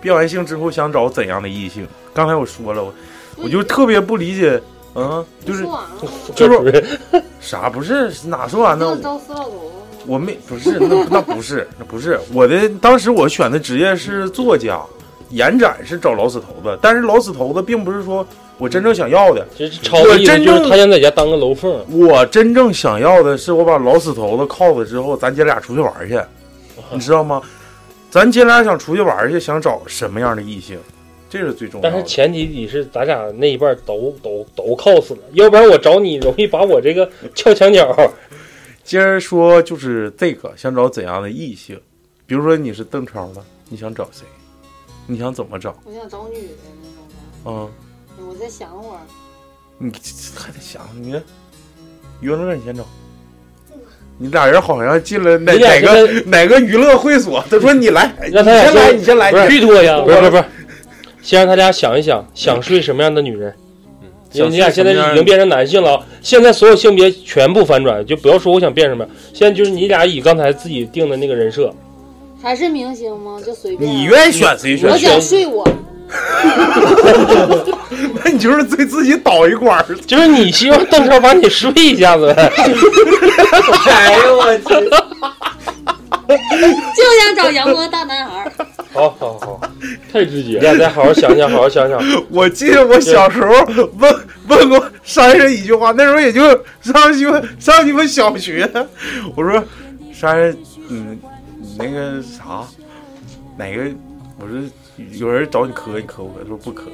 变完性之后想找怎样的异性？刚才我说了，我我就特别不理解，嗯，就是啊就是 啥不是哪说完呢？那都死老头子。我没不是那那不是那不是我的，当时我选的职业是作家，延展是找老死头子，但是老死头子并不是说我真正想要的，超我意思真就正是他想在家当个楼凤，我真正想要的是，我把老死头子铐了之后，咱姐俩出去玩儿去，你知道吗？咱姐俩想出去玩儿去，想找什么样的异性，这是最重要但是的。前提得是咱俩那一半都都都 cos 了，要不然我找你容易把我这个撬墙角。 今儿说就是这个，想找怎样的异性？比如说你是邓超了，你想找谁？你想怎么找？我想找女的那种的，嗯，我再想会儿。你还得想，你看，娱乐你先找。你俩人好像进了哪你俩哪现个哪个娱乐会所，他说你来，你让他俩先来，你先来，不是你推脱呀，不我是不是不是，先让他俩想一想，想睡什么样的女人。因为你俩现在已经变成男性了啊，现在所有性别全部反转，就不要说我想变什么，现在就是你俩以刚才自己定的那个人设，还是明星吗？就随便。啊你愿意选谁选我谁想睡我，那 你就是对自己倒一管儿，就是你希望邓超把你睡一下子 呗。哎呦我去！就想找阳光大男孩儿。好好好，太直接你俩再好好想想，好好想想。我记得我小时候问问过珊珊一句话，那时候也就上你们上你们小学，我说珊珊，嗯，你那个啥，哪个？我说有人找你磕，你磕不磕？他说不磕。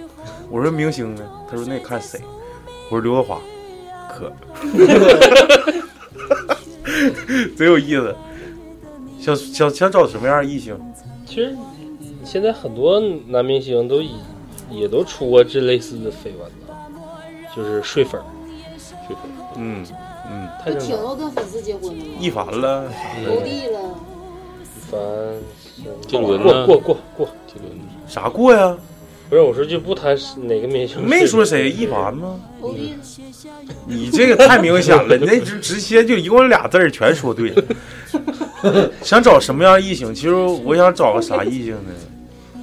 我说明星呢？他说那看谁？我说刘德华，磕， 贼有意思。想想想找什么样的异性？ 其实现在很多男明星都已也都出过这类似的绯闻了，就是睡粉儿，睡粉儿，嗯嗯，太不正挺常了。多跟粉丝结婚的吗？一凡了，投递了，凡这轮过呢过过过，这轮啥过呀？不是我说就不谈哪个明星，没说谁，一凡吗？投递了。你这个太明显了，你那直直接就一共俩字儿全说对了。想找什么样异性？其实我想找个啥异性呢？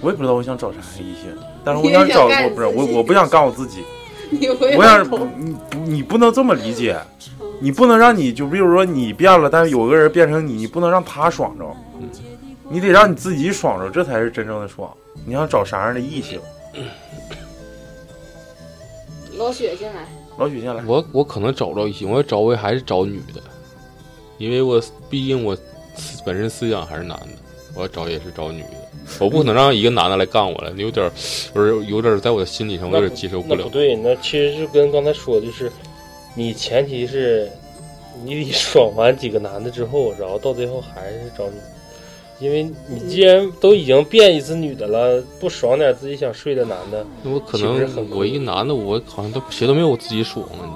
我也不知道我想找啥异性，但是我想找你也想干我你不是自己我我不想干我自己，你我想你不你不能这么理解，你不能让你就比如说你变了，但是有个人变成你，你不能让他爽着，你得让你自己爽着，这才是真正的爽。你想找啥样的异性？老雪先来，老许先来。我我可能找着异性，我要找我也还是找女的，因为我毕竟我思本身思想还是男的，我要找也是找女的，我不可能让一个男的来干我了，有点儿，我是有点儿在我的心理上我那有点接受不那了不。对，那其实就跟刚才说的，就是你前提是你得 爽完几个男的之后，然后到最后还是找你，因为你既然都已经变一次女的了，不爽点自己想睡的男的，那我可岂不是很能我一男的，我好像都谁都没有我自己爽了，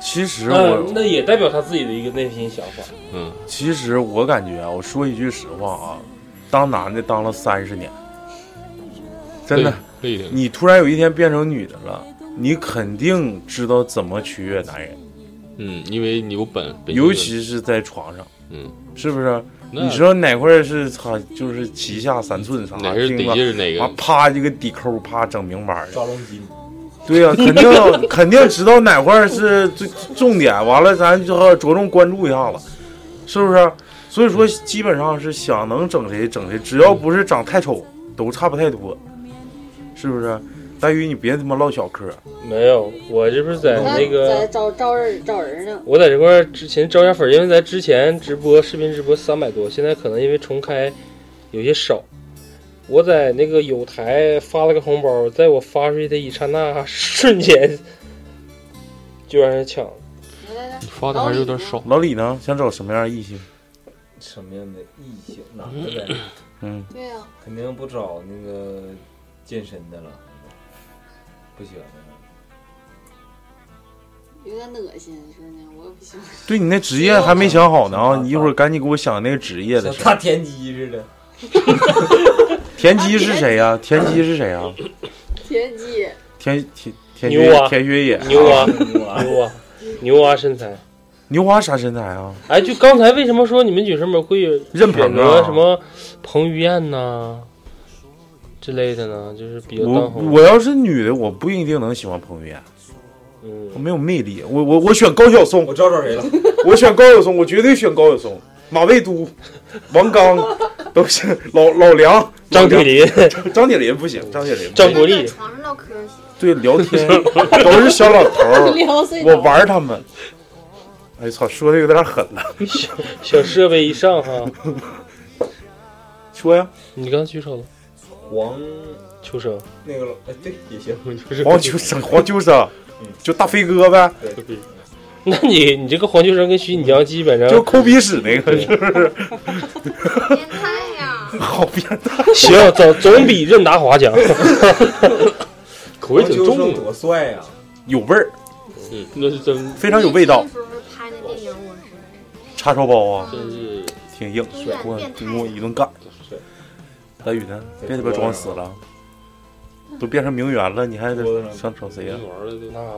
其实那我那也代表他自己的一个内心想法。你嗯，其实我感觉啊，我说一句实话啊，当男的当了三十年，真的，累累的。你突然有一天变成女的了，你肯定知道怎么取悦男人，嗯，因为你有本，本尤其是在床上。嗯，是不是？那你知道哪块儿是他就是旗下三寸啥？哪是钉子底是哪个啊啪，一个底扣啪整明白了。抓龙筋，对呀、肯定肯定知道哪块儿是最重点，完了咱就要着重关注一下子，是不是？所以说基本上是想能整谁整谁，只要不是长太丑，都差不太多，是不是？大鱼，你别他妈唠小嗑，没有，我这不是在哎那在个，招招人招人呢。我在这块儿之前招一下粉儿，因为咱之前直播视频直播三百多，现在可能因为重开有些少。我在那个有台发了个红包，在我发出去的一刹那，瞬间就让人抢了。发的还是有点少。老李呢，想找什么样的异性？什么样的异性男的呗？嗯，对啊呀、肯定不找那个健身的了，不喜欢的。有点恶心，是呢，我也不行。对你那职业还没想好呢啊！你一会儿赶紧给我想那个职业的事儿。大田鸡似 的，田鸡是谁呀、田鸡是谁呀、啊田鸡，田田田牛薛蛙田薛野，牛蛙，啊牛蛙，牛蛙身材。牛蛙啥身材啊？哎，就刚才为什么说你们女生们会认选捧择啊什么彭于晏呐之类的呢？就是比较我当红。我要是女的，我不一定能喜欢彭于晏，嗯，我没有魅力。我我我选高晓松， 我知道找谁了。我选高晓松，我绝对选高晓松。马未都、王刚都行， 老老梁、张铁林、张张铁林不行，张铁林不行张国在立床上唠嗑儿 行。对聊 天都是小老头撩碎儿，头我玩他们。哎操，说的有点狠了。小设备一上哈，说呀，你刚举手了，黄秋生，那个老，哎对也行，黄秋生，黄秋生，嗯就大飞哥呗， 那你你这个黄秋生跟徐锦江基本上就抠鼻屎那个，是 不是？好变态！行，总总比任达华强。口味挺重黄秋生多帅啊呀、有味儿，嗯，那是真非常有味道那。时候拍那电影，我是叉烧包啊，真是挺硬，都有点我变态我一顿干。大宇呢？别他妈装死了，都变成名媛了，你还得想找谁呀、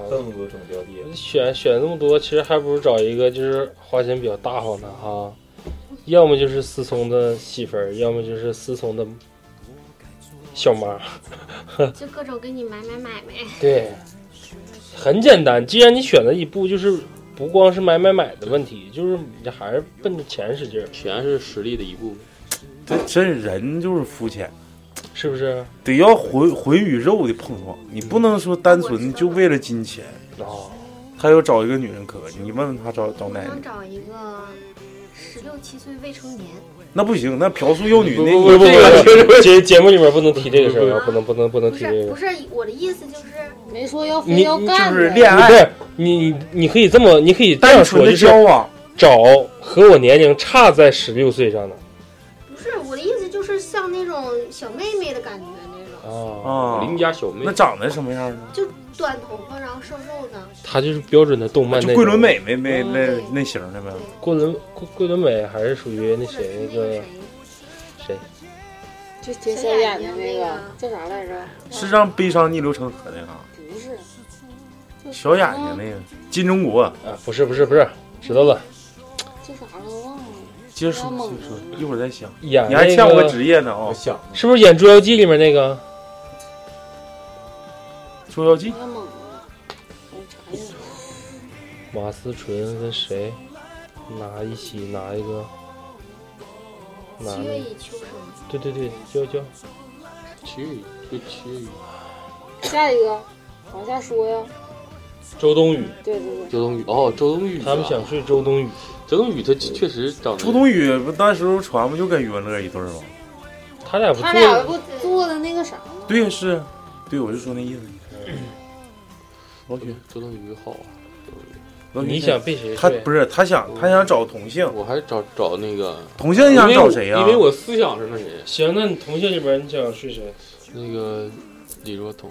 这么多种标的，选选那么多，其实还不如找一个就是花钱比较大方的哈，要么就是思聪的媳妇儿，要么就是思聪的小妈。就各种给你买买买呗。对，很简单。既然你选了一步，就是不光是买买买的问题，就是你这还是奔着钱使劲儿。钱是实力的一部分。这真人就是肤浅，是不是？得要魂魂与肉的碰撞，你不能说单嗯纯就为了金钱。哦，他要找一个女人可，你问问他找找哪我个想？找一个十六七岁未成年，那不行，那嫖宿幼女那不不不那不不，个节节目里面不能提这个事儿啊，不能不能不能不提这是个不。是我的意思就是没说要你非要你干就是呗恋你不爱是你你你可以这么，你可以这样单说，纯就的是交往，找和我年龄差在十六岁上的。不是我的意思就是像那种小妹妹的感觉那种，啊邻家小妹那长得什么样呢？就短头发然后瘦瘦的，她就是标准的动漫那就种桂纶镁那嗯那那那型的呗。桂纶桂桂纶镁还是属于那谁那个谁就挺显眼的那个叫啥来着？是让悲伤逆流成河那个不是，小眼睛那个金中国啊？不是不是不是，知道了，叫啥了忘了。接着说说说，一会儿再想。哎演你还那欠我个个职业呢啊！想是不是演《捉妖记》里面那个？ 《捉妖记》太猛了，我查一下。马思纯跟谁拿一起拿一个？拿七那月个与秋生。对对对，叫叫其余就其余，下一个，往下说呀。周冬雨，对对对，周冬雨哦，周冬雨啊，他们想睡周冬雨。周冬雨她确实长周得冬雨不当时候传不就跟余文乐一对儿吗？他俩不他俩做不做的那个啥吗？对呀，啊是，对，我就说那意思。老许，周冬雨好啊。老许，你想被谁他睡不是他想他想找同性，我还是找找那个同性你想找谁呀？啊因为我思想是那谁，行，那你同性里边你想睡谁？那个李若彤，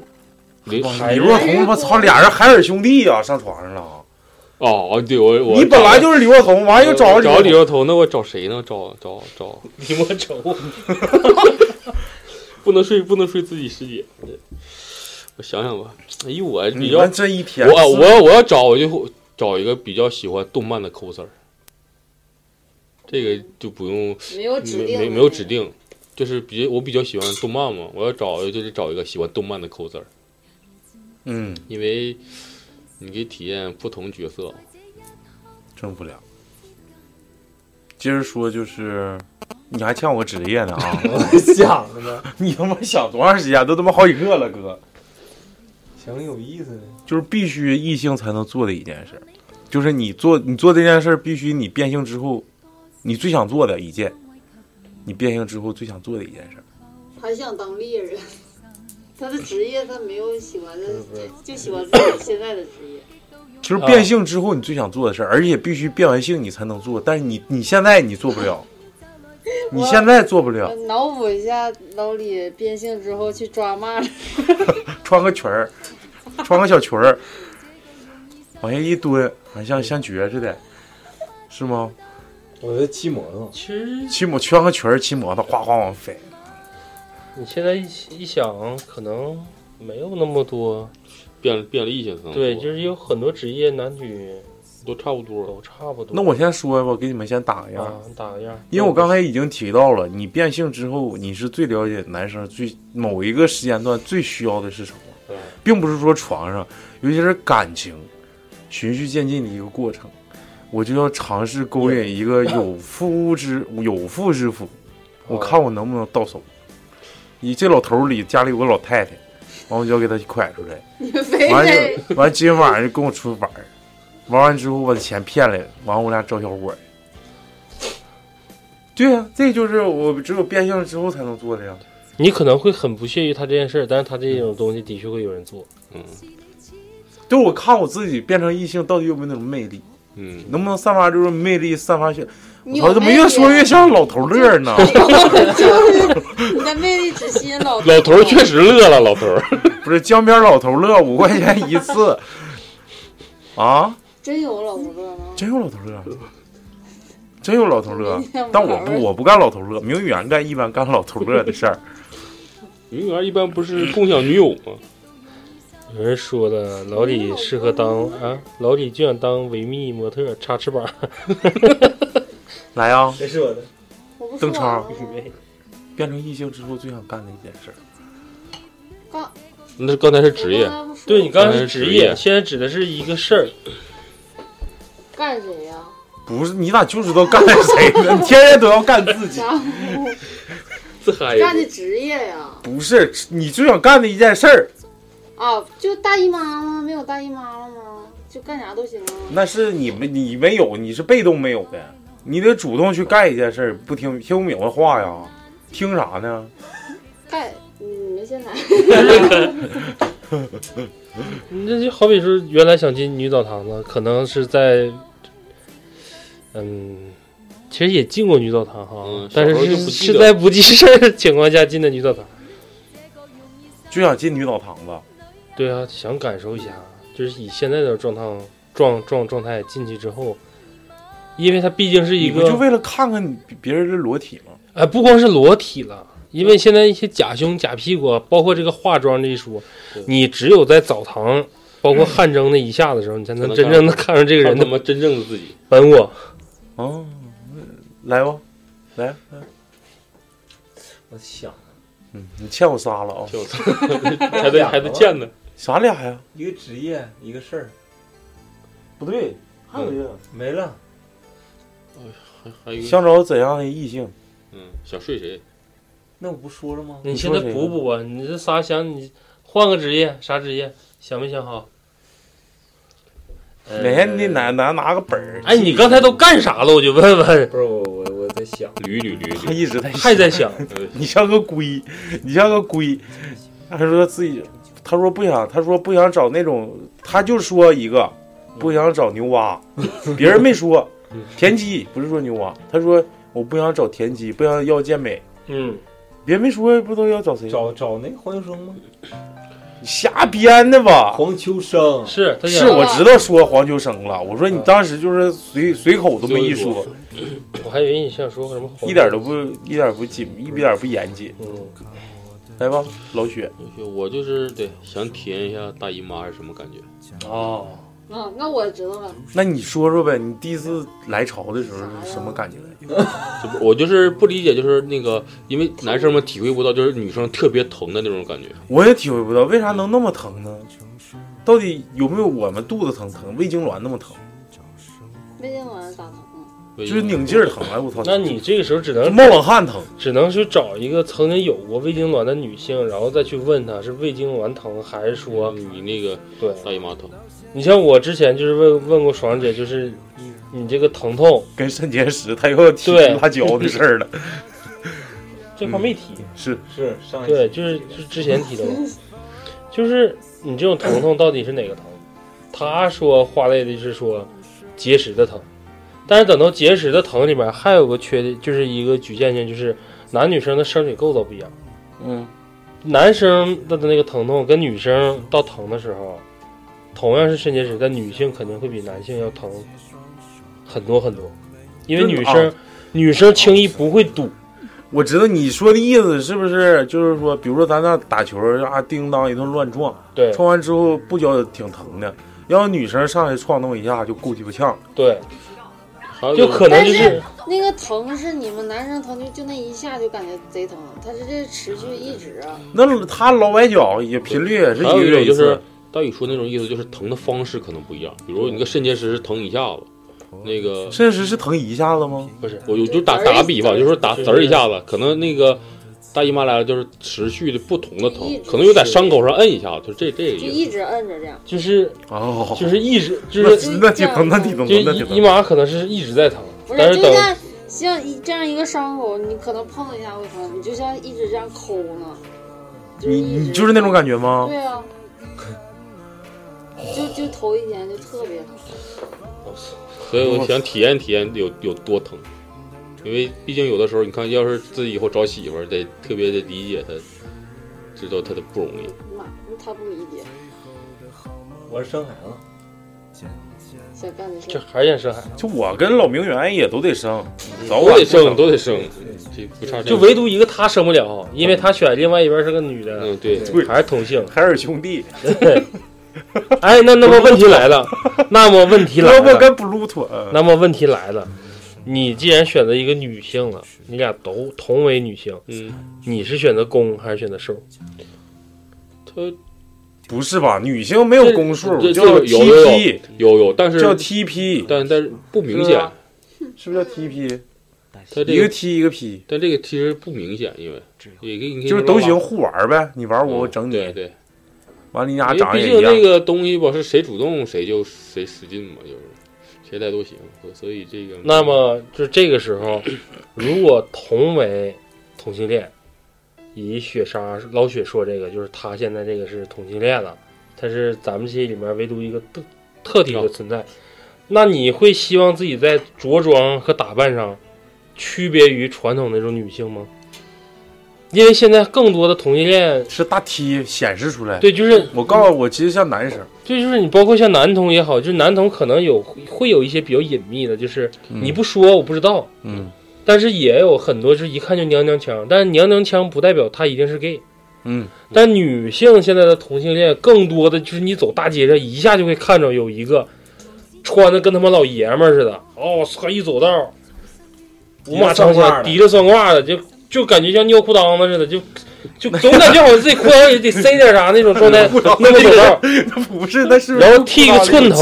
李李若彤，我操，俩人海尔兄弟啊，上床上了啊。哦哦，对我我你本来就是李若彤，完了又找我找李李若彤，那我找谁呢？找找找，李莫愁，不能睡不能睡自己师姐。我想想吧，哎呦我你比较们这一天，我我要我要找我就找一个比较喜欢动漫的抠丝儿，这个就不用没有指定没的没有指定，就是比我比较喜欢动漫嘛，我要找就是找一个喜欢动漫的扣子儿，嗯，因为你可以体验不同角色。挣不了。接着说，就是你还欠我职业呢 啊！我想着呢，你他妈想多长时间？都他妈好几个了，哥。想有意思呢。就是必须异性才能做的一件事儿，就是你做你做这件事儿，必须你变性之后，你最想做的一件，你变性之后最想做的一件事儿。他想当猎人，他的职业他没有喜欢的，就喜欢自己现在的职业。就是变性之后你最想做的事儿，而且必须变完性你才能做，但是你你现在你做不了，你现在做不了我，呃脑补一下老李变性之后去抓蚂蚱，穿个裙儿，穿个小裙儿，往下一蹲，还像像瘸似的，是吗？我在骑摩托，其实骑摩穿个裙儿骑摩托，哗哗往飞。你现在一一想，可能没有那么多变变了异性可能对，多就是有很多职业男女都差不多，都差不多。那我先说吧，给你们先打个样。啊，打个样，因为我刚才已经提到了，你变性之后，你是最了解男生最某一个时间段最需要的是什么，并不是说床上，尤其是感情，循序渐进的一个过程。我就要尝试勾引一个有夫之有妇之夫，我看我能不能到手。你这老头儿里家里有个老太太，完我就要给他拐出来。你 非 完得就完，今晚上就跟我出去玩儿，玩完之后把钱骗来，完我俩找小伙儿。对呀、这就是我只有变性之后才能做的呀。你可能会很不屑于他这件事儿，但是他这种东西的确会有人做。嗯，就我看我自己变成异性到底有没有那种魅力，嗯，能不能散发这种魅力，散发些。我你有操，怎么魅力啊越 说越像老头乐呢？你的魅力只吸引老老头儿确实乐了，老头儿不是江边老头乐五块钱一次啊，真有老头乐吗？真有老头乐，真有老头乐天不，但我玩不我不干老头乐，名媛干一般干老头乐的事儿。女园一般不是共享女友吗？有人说了，老李适合当啊，老李就想当维密模特，插翅膀。来啊呀、谁说的？我不邓说完了吗，超变成异性之后最想干的一件事儿，刚那刚才是职业，对你刚才是职职业，现在指的是一个事儿。干谁呀？不是你咋就知道干谁呢？你天天都要干自 己，家伙自嗨干的职业呀？不是你最想干的一件事儿，啊，就大姨妈吗？没有大姨妈了吗？就干啥都行啊？那是你们你没有，你是被动没有的，你得主动去干一件事儿，不听听不明白话呀，听啥呢？干嗯没现在。那就好比说，原来想进女澡堂子，可能是在，嗯，其实也进过女澡堂哈，但小时是候就是不记是得在不记事儿的情况下进的女澡堂。就想进女澡堂子，对啊，想感受一下，就是以现在的状态状状状态进去之后，因为它毕竟是一你个不就为了看看别人的裸体吗？哎，不光是裸体了，因为现在一些假胸、假屁股啊，包括这个化妆这一说，你只有在澡堂，包括汗蒸那一下子的时候，你才能真正的看上这个人他的妈真正的自己。本我。哦，来吧，来来，我想嗯，你欠我仨了啊、欠我仨还得还得欠呢，啥俩呀？一个职业，一个事儿，不对，还有一个，没了。还还有一个想找怎样的异性？嗯，想睡谁？那我不说了吗？ 你现在补补啊，你这仨想你换个职业，啥职业想没想好？哪天你得拿拿拿个本 儿，哎，你刚才都干啥了？我就问问，不是我我我在想，捋捋捋他捋，一直在还在想， 你像个龟，你像个龟。他说自己，他说不想，他说不想找那种，他就说一个，不想找牛蛙，别人没说， 田鸡不是说牛蛙，他说我不想找田鸡，不想要健美，嗯，别人没说不都要找谁？找找那个黄秋生吗？你瞎编的 吧？黄秋生，是他想是我知道说黄秋生了，我说你当时就是随随口这么一嗯说，我还以为你想说什么，一点都不一点不紧，一点不严谨。嗯，来吧，老雪，我就是对想体验一下大姨妈是什么感觉。哦， 啊，那我知道了，那你说说呗，你第一次来潮的时候是什么感觉？就不我就是不理解，就是那个，因为男生们体会不到，就是女生特别疼的那种感觉。我也体会不到为啥能那么疼呢？到底有没有我们肚子疼疼胃痉挛那么疼？没听完咋疼？就是拧劲儿疼，哎我操！那你这个时候只能冒冷汗疼，只能去找一个曾经有过胃痉挛的女性，然后再去问她是胃痉挛疼，还是说你那个对大姨妈疼。你像我之前就是问问过爽姐，就是你你这个疼痛跟肾结石，她又提对辣椒的事 儿了。这块没提，是是上一对，期就是就是之前提的嘛，就是你这种疼痛到底是哪个疼？他说话类的是说结石的疼，但是等到结石的疼里面还有个缺的，就是一个局限性，就是男女生的生理构造不一样。嗯，男生的那个疼痛跟女生到疼的时候，同样是肾结石，但女性肯定会比男性要疼很多很多，因为女生、啊女生轻易不会堵。我知道你说的意思是不是？就是说，比如说咱俩打球啊，叮当一顿乱撞，对撞完之后不觉挺疼的，要是女生上来撞那么一下就够鸡巴呛，对，呃有就可能但就是那个疼是你们男生疼，就就那一下就感觉贼疼，他是这持续一直啊。那他老崴脚也频率也是一还个有一月种一就是次，大宇说那种意思，就是疼的方式可能不一样。比如你个肾结石是疼一下子，那个甚至是疼一下子吗？不是，我我就打打个比方，就是打滋儿一下子，可能那个大姨妈来了就是持续的不同的一疼，直可能有在伤口上摁一下，就这这个就意一思。直摁着这样。就是哦，就是一直就是那那挺疼，那挺疼，就那挺姨姨疼。妈可能是一直在疼，不是，但就等像像一这样一个伤口，你可能碰一下会疼，你就像一直这样抠呢。你你就是那种感觉吗对？啊，就就头一天就特别疼。所以我想体验体验有有多疼，因为毕竟有的时候你看，要是自己以后找媳妇儿，得特别的理解她，知道她的不容易。妈，他不理解，我是生孩子，想干这事就儿。还是想生孩子，就我跟老名媛也都得生，早都晚得生，都得生，这不差这就个。唯独一个她生不了，因为她选另外一边是个女的，嗯，对，对还是同性。海尔兄弟，哎，那那么问题来了，那么问题来萝卜了，跟 Bluetooth，嗯那么问题来了，你既然选择一个女性了，你俩都同为女性，嗯，你是选择攻还是选择受？她不是吧？女性没有公数，这这叫这有有 TP，有有，但是叫 TP，但但是不明是显吧，是不是叫 TP？他一这个个 T 一个 P，但这个其实不明显，因为也可以你可以就是都说行，拉互玩儿呗。你玩我，我整嗯对你，对，完了你俩因长为得毕也一竟那样。个东西吧，是谁主动谁就谁使劲嘛，就是谁来都行，所以这个那么就这个时候，如果同为同性恋，以雪莎老雪说这个，就是她现在这个是同性恋了，她是咱们这里面唯独一个特特定的存在。那你会希望自己在着装和打扮上区别于传统那种女性吗？因为现在更多的同性恋，是大 T 显示出来。对，就是我告诉我，其实像男生，对，就是你包括像男同也好，就是男同可能有会有一些比较隐秘的，就是你不说我不知道，嗯但是也有很多就是一看就娘娘腔，但是娘娘腔不代表她一定是 gay。嗯，但女性现在的同性恋更多的就是你走大街上一下就会看着有一个穿的跟他妈老爷们儿似的，哦，操，一走道五马长枪，提提着算卦的，就就感觉像尿裤裆子似的，就就总感觉好像自己裤裆里得塞点啥那种状 态，那么走道，那不是，那是然后剃个寸头，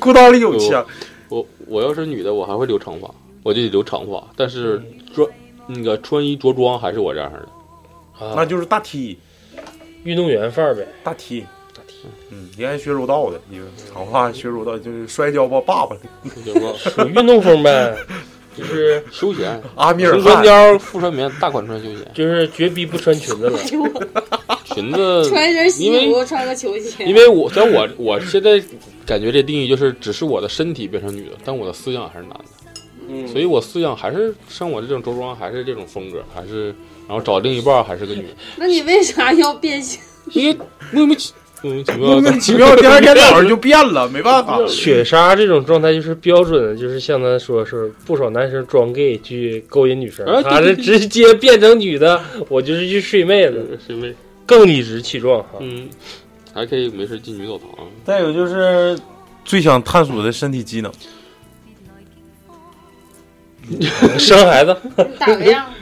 裤裆里有枪，我我要是女的，我还会留长发，我就得留长发，但是嗯穿那个穿衣着装还是我这样式的，啊那就是大 T 运动员范儿呗。大 T 大 T。嗯，应该学柔道的，因为长发学柔道就是摔跤吧， 爸爸的叫什么属于运动风呗，就是休 闲，阿米尔红穿汗。貂、富穿棉，大款穿休闲，就是绝逼不穿裙子了。哎呦我 裙子穿一身西因为服，穿个球鞋，因为我在我我现在感觉这定义就是，只是我的身体变成女的，但我的思想还是男的，嗯所以我思想还是像我这种着装，还是这种风格，还是然后找另一半还是 个女的，那你为啥要变性？因为莫名其莫名其莫妙的名其 妙，第二天早上就变了，没办 法。雪莎这种状态就是标准的，就是像他说是不少男生装 gay 去勾引女生啊，对他是对对直接变成女的，我就是去睡妹子，是因为更理直气壮哈。嗯，还可以没事进女澡堂，再有就是最想探索的身体机能，嗯生孩子，打个样，啊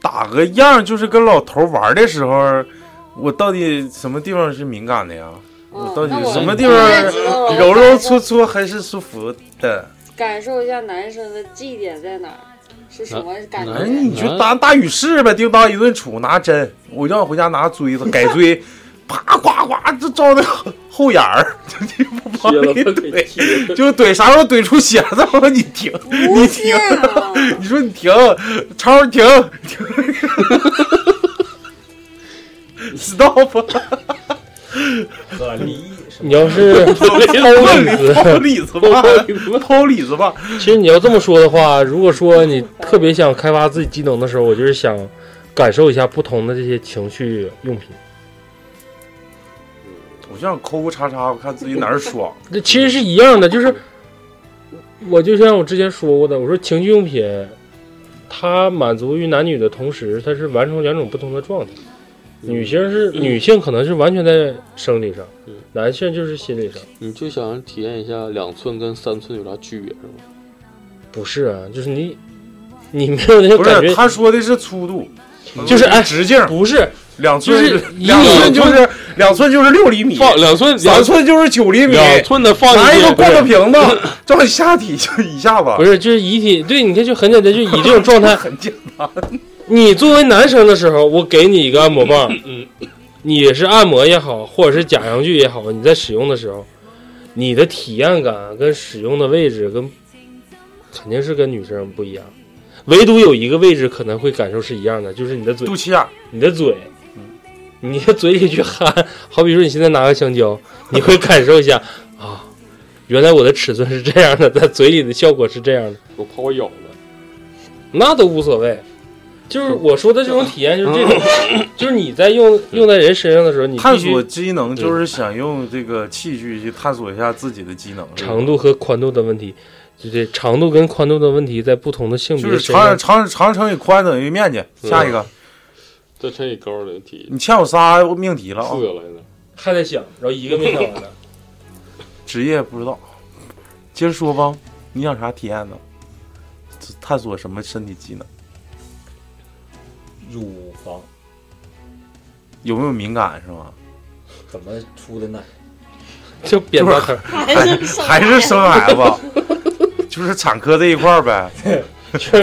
打个样就是跟老头玩的时候，我到底什么地方是敏感的呀？我到底哦那我什么地我方揉揉搓搓还是舒服的？感受一下男生的祭点在哪儿，是什么感哎，觉？你嗯就打打雨势呗，叮当一顿杵，拿针，我让我回家拿锥子改锥，啪呱呱，就照那后后眼儿， 就地方往里怼，就怼，啥时候怼出血了，我说你停，你停， 你说你停，超儿停停，stop，可离 你要 是抛李子，抛抛李李子 子吧，抛李子吧。其实你要这么说的话，如果说你特别想开发自己技能的时候，我就是想感受一下不同的这些情趣用品。我就想抠抠叉叉，我看自己哪儿爽。那其实是一样的，就是我就像我之前说过的，我说情趣用品，它满足于男女的同时，它是完成两种不同的状态。嗯女性是女性，可能是完全在生理上，嗯男性就是心理上。你就想体验一下两寸跟三寸有啥区别是吗？不是啊，就是你你没有那种不感是，觉，他说的是粗度，嗯就是哎直径，不是两就寸是，以两寸你就是两寸就是六厘米，放两寸三寸就是九厘米，两寸的放进去拿一个不是罐头瓶子照你下体就一下子，不是就是遗体。对，你看就很简单，就以这种状态很简单。你作为男生的时候，我给你一个按摩棒，你是按摩也好，或者是假阳具也好，你在使用的时候，你的体验感跟使用的位置跟肯定是跟女生不一样，唯独有一个位置可能会感受是一样的，就是你的嘴，肚脐眼，你的嘴，你的嘴里去含，好比说你现在拿个香蕉， 你会感受一下啊，原来我的尺寸是这样的，在嘴里的效果是这样的，我怕我咬了，那都无所谓。就是我说的这种体验，就是这种， 就是你在用用在人身上的时候，你必须嗯探索机能就是想用这个器具去探索一下自己的机能，长度和宽度的问题，就对长度跟宽度的问题，在不同的性别就是身上长长长乘以宽等于面积。下一个，这乘以高的体你欠我仨命题了啊哦四！个了现在。还在想，然后一个没想完呢。职业不知道，接着说吧，你想啥体验呢？探索什么身体机能？乳房有没有敏感是吗？怎么出的奶？ 就扁就是桃体还还是生孩 子，就是产科这一块儿呗。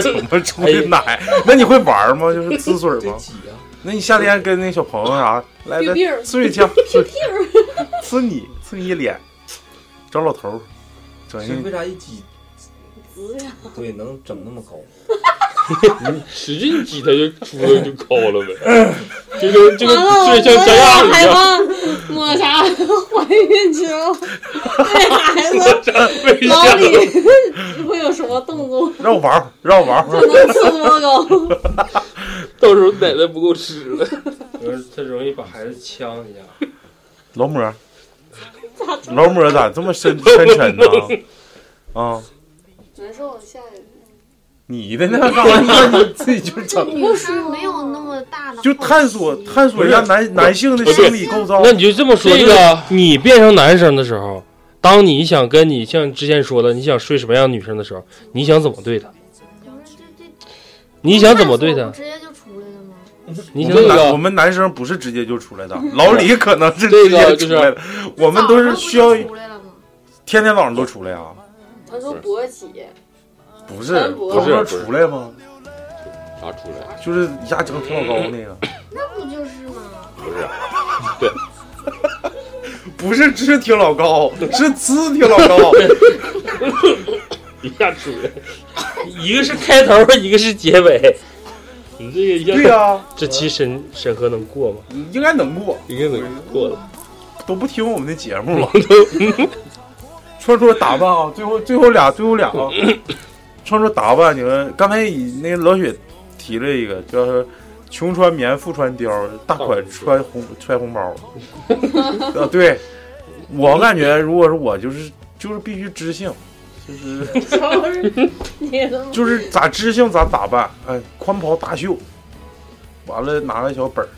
怎么出的奶？那你会玩吗？就是滋水吗？啊那你夏天跟那小朋友啥，来屁来屁呲一枪，呲 呲你，呲你一脸，找老头儿，整是一为啥一挤滋呀！ 对能整那么高？你使劲挤它就出来就高了 呗，就跟就跟完了，我就觉得像加我样一害样。怕抹茶 怀孕之 后对孩子老李 会有什么动作？ 让我玩会儿，让我玩会就儿。能吃多高？ 到时候奶奶不够吃了，他容易把孩子呛一下。劳模，劳模咋这么深深沉呢？啊，难受，吓人。你的呢？ 干啥？你自己就整。不是没有那么大的，就探索探索一下男男性的生理构造。那你就这么说，这就哦个是你变成男生的时候，当你想跟你像之前说的，你想睡什么样的女生的时候，你想怎么对她？你想怎么对她？她不？直接就出来了吗？你想我怎们么男我们男生不是直接就出来的，老李可能是这直个接就出是来的，我们都是需要早上不就出来了吗？天天早上都出来啊，他说勃起，不是？单薄他不是不是出来吗？啥出来？就是一下整挺老高那个，那不就是吗？不是，对，不是是挺老高，是呲挺老 高，一下出来？ 一个是开头，一个是结尾。你这个一下对呀这期审审核能过吗？应该能过，应该能过了。都不听我们的节 目了。穿着打扮啊，最后最后俩最后俩啊，穿着打扮，你们刚才以那个老雪提了一个，叫是穷穿棉，富穿貂，大款穿红揣红包。 啊，对，我感觉如果是我就是就是必须知性，就是你都就是咋知性咋打扮，哎，宽袍大袖，完了拿个小本儿，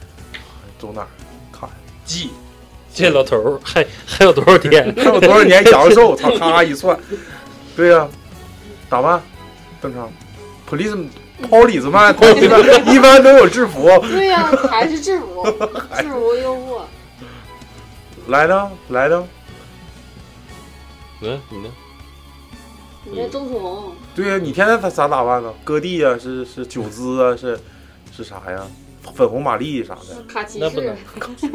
走哪儿看记。这老头儿还还有多少天？还有多少年阳寿？操，咔咔一算，对呀、打扮正常。 police 跑里子曼，跑里子曼一般都有制服。 对呀、还是制 服，制服诱惑。来呢，来呢，来你呢？嗯你那钟楚红，对呀、你天天咋咋打扮呢？割地呀、是是九姿啊，是是啥呀？粉红玛丽啥的，卡其那不能士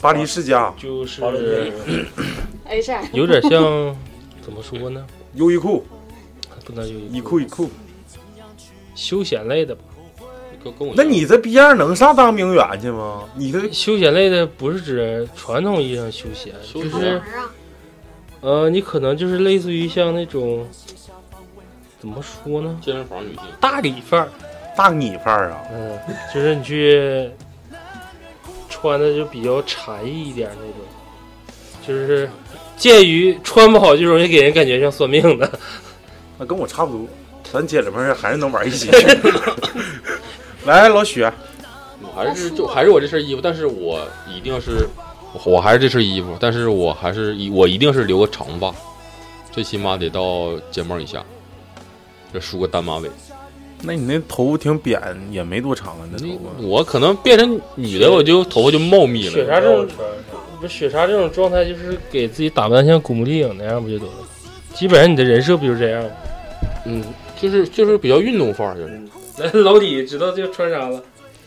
巴黎世家就是，H I，有点像怎么说呢？优衣库，不能优衣库，衣库，休闲类的吧。跟我那你这逼样能上当兵员去吗？你这休闲类的不是指传统意义上休闲，就好玩是儿啊，呃，你可能就是类似于像那种怎么说呢？健身房女性大理范儿，大你范儿啊，嗯，就是你去穿的就比较禅意一点那种，就是鉴于穿不好就容易给人感觉像算命 的。那跟我差不多，咱姐们儿还是能玩一起去。 来，老许，我还是就还是我这身衣服，但是我一定是，我我还是这身衣服，但是我还是一我一定是留个长发，最起码得到肩膀以下，这梳个单马尾。那你那头发挺扁，也没多长啊，那头发。我可能变成女的，我就头发就茂密雪了。莎这种不是雪莎这种状态，就是给自己打扮像古墓丽影那样不就得了？基本上你的人设不就是这样 吗？嗯，就是就是比较运动范儿，就是来，老李知道这穿啥了？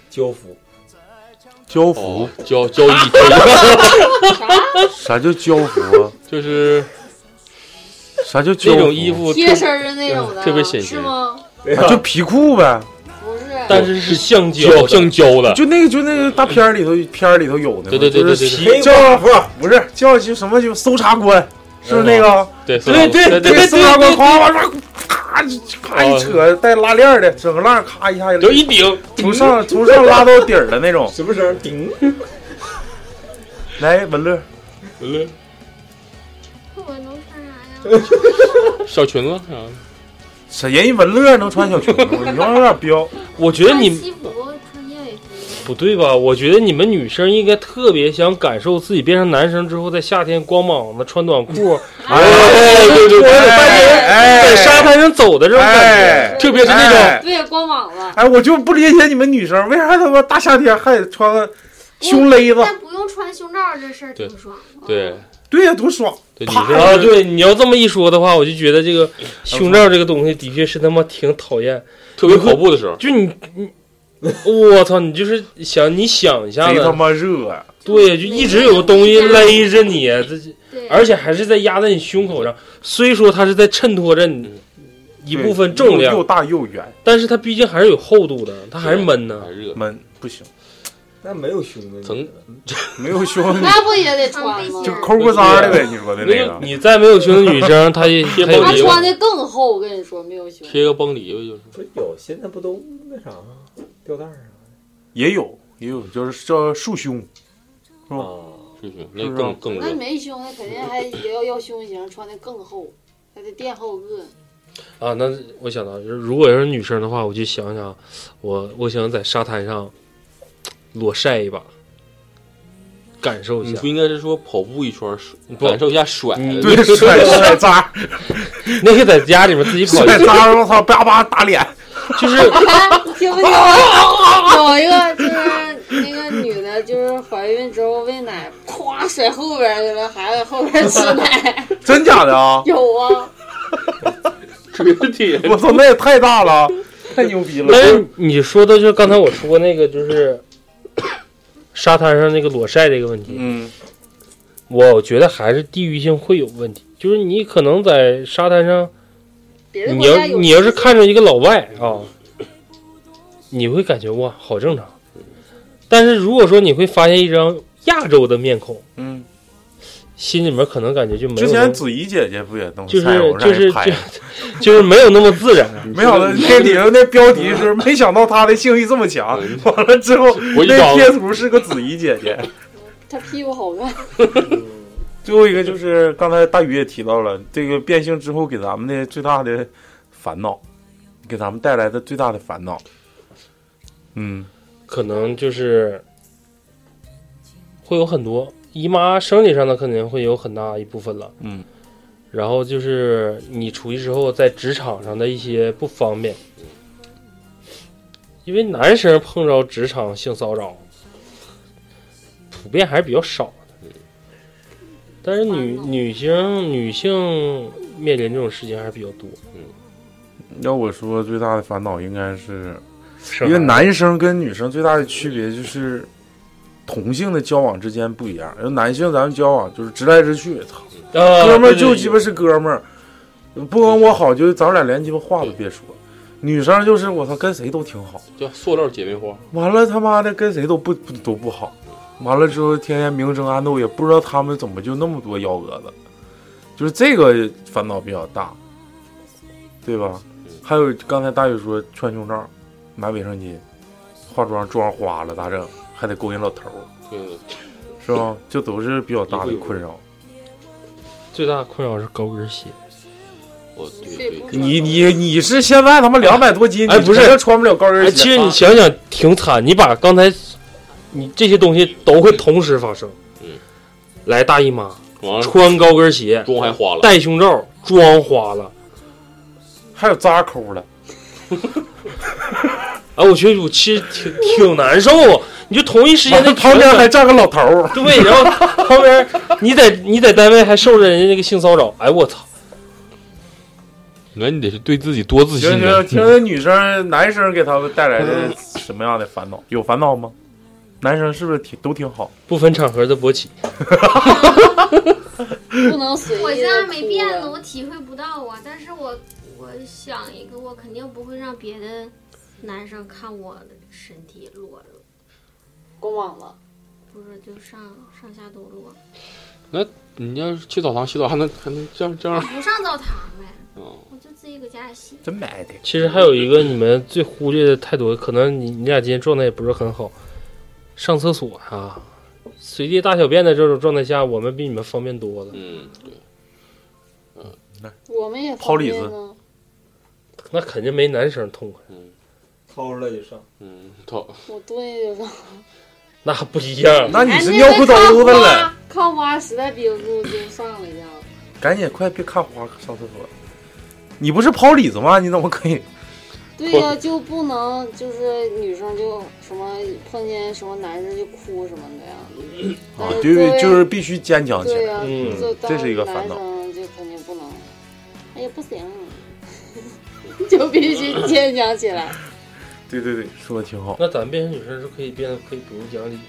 交服，交服，嗯交交易，啥叫交服啊？就是啥叫交 那服种衣服贴身儿的那种的，嗯特别显学是吗？啊就皮裤呗，不是，但是是橡胶胶的橡胶的，就那个就那个大片儿里头片儿里头有的嘛，对对对就是对 对对皮叫不是叫就什么就搜查官，是不是那个？对对对嗯对对搜查官夸夸夸，咔就咔一扯带拉链儿的，整个浪咔一下就一顶，从上从上拉到底儿的那种。什么声？顶，来，文乐，我能穿啥呀？小裙子啊啥的。谁人家文乐能穿小裙子吗？你说有点彪。我觉得穿你西服穿燕尾服，不对吧？我觉得你们女生应该特别想感受自己变成男生之后，在夏天光膀子穿短裤，哎，对对对，在哎，沙滩上走的这种感哎觉，特别是那种哎对，光膀子，哎，我就不理解你们女生为啥他妈大夏天还得穿个胸勒子？嗯但不用穿胸罩这事儿挺爽。对对呀，多爽！对，你啪是啊，对，你要这么一说的话，我就觉得这个胸罩这个东西的确是他妈挺讨厌。特别跑步的时候，就你你，我操，你就是想你想一下贼他子，妈热啊！对，就一直有东西勒着你，这对，而且还是在压在你胸口上。虽说它是在衬托着嗯你一部分重又量，大又圆，但是它毕竟还是有厚度的，它还是闷呢还。热，闷不行，那没有胸的，疼没有胸那不也得穿吗？就抠过渣的呗。你说的那个，你再没有胸的女生，她也贴她有绷 他梨一个穿的更厚，我跟你说没有胸。贴个绷梨吧，就是不是有现在不都那啥吗吊带儿也有也有，就是叫束胸，啊？嗯啊，是是，那更更那热。没胸，那肯定还也要要胸型，穿的更厚，还得垫后 个。啊。那我想到，就是如果要是女生的话，我就想想，我我想在沙滩上裸晒一把，感受一你下不。应该是说跑步一圈儿甩，不感受一下甩的嗯那对，个，甩 甩渣，嗯那个在家里面自己 跑一甩渣，我操，叭叭打脸，就是听 没听过？有一个就是那个女的，就是怀孕之后喂奶，咵甩后边去了，孩子后边吃奶。 真假的 啊？有啊，彻底我操，那也太大了， 哎太牛逼了但！是你说的就是刚才我说那个，就是沙滩上那个裸晒这个问题，嗯，我觉得还是地域性会有问题。就是你可能在沙滩上，别的你国要家有。你要是看着一个老外啊，你会感觉哇，好正常。但是如果说你会发现一张亚洲的面孔，嗯，心里面可能感觉就没之有那前么，子怡姐姐不也弄就是菜，我让就是人拍就。就是没有那么自然。啊没想到那里头那标嗯题是没想到她的性欲这么强， 完了之后我一那招贴图是个子怡姐姐。他屁股好看，最后一个就是刚才大宇也提到了，这个变性之后给咱们的最大的烦恼，给咱们带来的最大的烦恼。嗯，可能就是会有很多姨妈生理上的肯定会有很大一部分了，嗯，然后就是你出去之后在职场上的一些不方便，因为男生碰着职场性骚扰，普遍还是比较少的。但是女女性女性面临这种事情还是比较多。嗯，要我说，最大的烦恼应该是，生因孩子为男生跟女生最大的区别就是，同性的交往之间不一样。因为男性咱们交往就是直来直去，操，啊哥们儿对对就鸡巴是哥们儿，不跟我好就咱俩连鸡巴话都别说。女生就是我操，跟谁都挺好，叫塑料姐妹花。完了他妈的跟谁都不不都不好，完了之后天天明争暗斗，也不知道他们怎么就那么多幺蛾子，就是这个烦恼比较大，对吧？还有刚才大宇说穿胸罩、买卫生巾、化妆妆花了咋整？还得勾引老头儿，对，是吧？就都是比较大的困扰。最大的困扰是高跟鞋。我对你你你是现在他妈两百多斤，哎，你不肯是定穿不了高跟鞋。哎其实你想想，挺惨。你把刚才你这些东西都会同时发生。嗯，来大姨妈完，了穿高跟鞋，妆还花了戴胸罩，妆花了，还有扎抠了。哎，我觉得我其实挺挺难受啊。你就同一时间，那旁边还站个老头儿，对，然后旁边你在你在单位还受着人家那个性骚扰，哎我操！那你得是对自己多自信行呢行，听听女生、男生给他们带来的什么样的烦 恼？有烦恼吗？男生是不是挺都挺好？不分场合的勃起，不能随意。我现在没变呢，我体会不到啊。但是我我想一个，我肯定不会让别的男生看我的身体裸着，光膀子。不是就上上下都裸，那你要是去澡堂洗澡，还能还能这样这样？不上澡堂呗，哦我就自己搁家洗。真埋汰。其实还有一个你们最忽略的太多，可能你你俩今天状态也不是很好，上厕所啊，随地大小便的这种状态下，我们比你们方便多了。嗯，对，我们也抛李子方便呢那肯定没男生痛快。掏出来就上。嗯，掏我对就是。那不一样。那你是啊哎尿裤兜那个子了？。看花看花实在憋不住就上了一下子。赶紧快别看花，上厕所。你不是抛李子吗？你怎么可以？对呀、就不能就是女生就什么碰见什么男生就哭什么的呀。 啊但，对作为，就是必须坚强起对呀、来。就当嗯这是一个烦恼男。生就肯定不能，哎呀不行， 就必须坚强起来。对对对，说的挺好。那咱变成女生是可以变得可以不用讲理，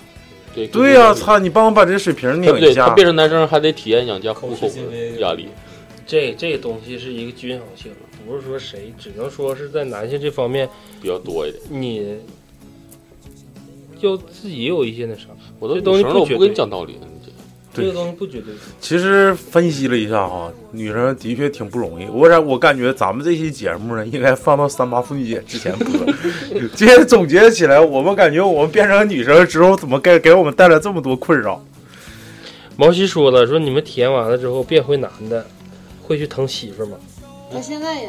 对对呀，操！你帮我把这水瓶对拧不一对？他下。变成男生还得体验两家户口的压力。这这东西是一个均衡性，不是说谁，只能说是在男性这方面比较多一点。你要自己有一些那啥。我都这东西女生了不我绝不对跟你，讲道理，这个东西不绝对。其实分析了一下哈，女生的确挺不容易。我感我感觉咱们这期节目呢，应该放到三八妇女节之前播。今天总结起来，我们感觉我们变成女生之后，怎么给给我们带来这么多困扰？毛西说了，说你们体验完了之后变回男的，会去疼媳妇吗？那现在也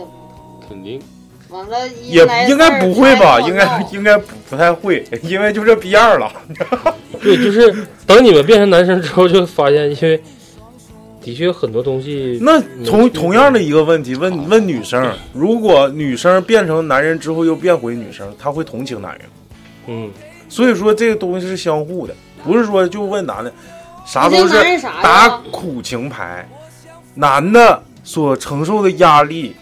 肯定完了，一也来应该事儿不会吧？来应两该闹应该不不太会， 因为就这逼样了。对，就是等你们变成男生之后，就发现，因为的确有很多东西。那嗯同同样的一个问题，问问女生，如果女生变成男人之后又变回女生，她会同情男人吗？嗯，所以说这个东西是相互的，不是说就问男的，啥同都情是男人啥呀打苦情牌，男的所承受的压力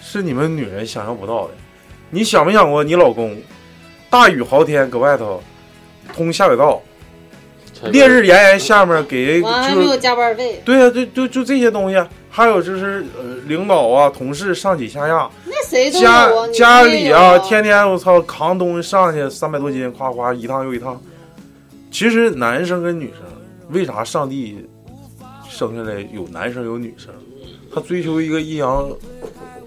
是你们女人想象不到的。你想没想过，你老公大雨豪天搁外头通下水道，烈日炎炎下面给完还就没有是加班费，对呀、就就就这些东西啊，还有就是呃领导啊、同事上挤下压，那谁都有家啊，你家这里有啊，天天我操扛东西上去三百多斤，夸夸一趟又一趟。其实男生跟女生，为啥上帝生下来有男生有女生？他追求一个阴阳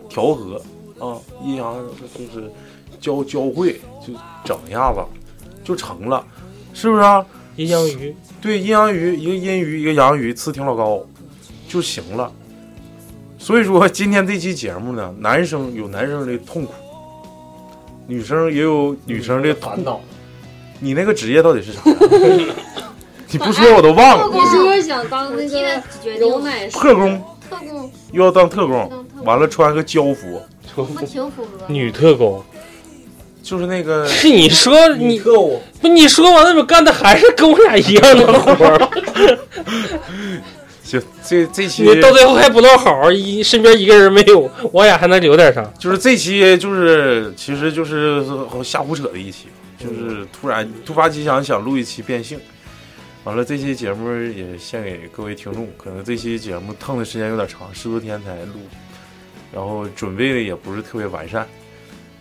调和啊，阴阳就是交交汇，就整一下子就成了，是不是啊？阴阳鱼，对，阴阳鱼，一个阴鱼，一个阳鱼，刺挺老高就行了。所以说，今天这期节目呢，男生有男生的痛苦，女生也有女生的烦恼。你那个职业到底是啥？ 你不说我都忘了。哎你是不是想当那个决定揉奶师特工，特工，又要当特工当特，工完了穿个胶服，我挺符合。女特工，就是那 个。是你说你特务，不你说完那边干的还是跟我俩一样的活儿， 行，这这期你到最后还不落好，一身边一个人没有，我俩还能留点啥？就是这期就是其实就是瞎胡扯的一期，就是突然突发奇想想录一期变性，完了这期节目也献给各位听众，可能这期节目腾的时间有点长，十多天才录，然后准备的也不是特别完善，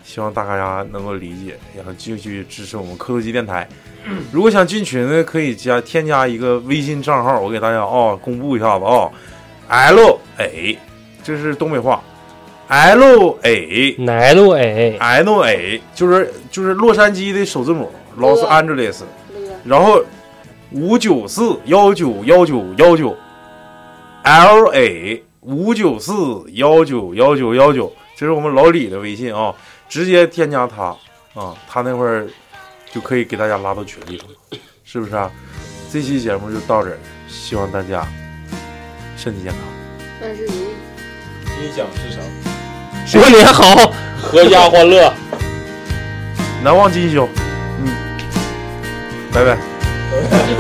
希望大家能够理解，然后继续支持我们科多机电台。如果想进群的，可以加添加一个微信账号，我给大家啊、公布一下子啊、l A，这是东北话，L A L A L A，就是就是洛杉矶的首字母 Los Angeles，然后五九四幺九幺九幺九，L A 五九四幺九幺九幺九，这是我们老李的微信啊，直接添加他啊，他那块儿就可以给大家拉到群里了，是不是啊？这期节目就到这儿，希望大家身体健康。万事如意。心想事成。新年好，阖家欢乐，难忘今宵。嗯，拜拜。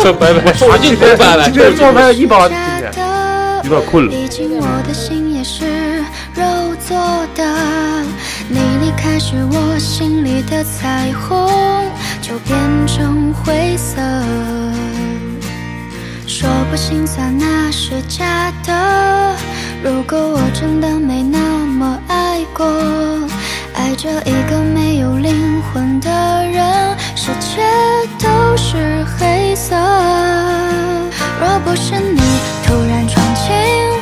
这拜拜，啥就拜拜，今天状态一般，今天有点困了。毕竟我的心也是肉做的。你离开时，我心里的彩虹就变成灰色。说不心酸那是假的。如果我真的没那么爱过，爱着一个没有灵魂的人，世界都是黑色。若不是你突然闯进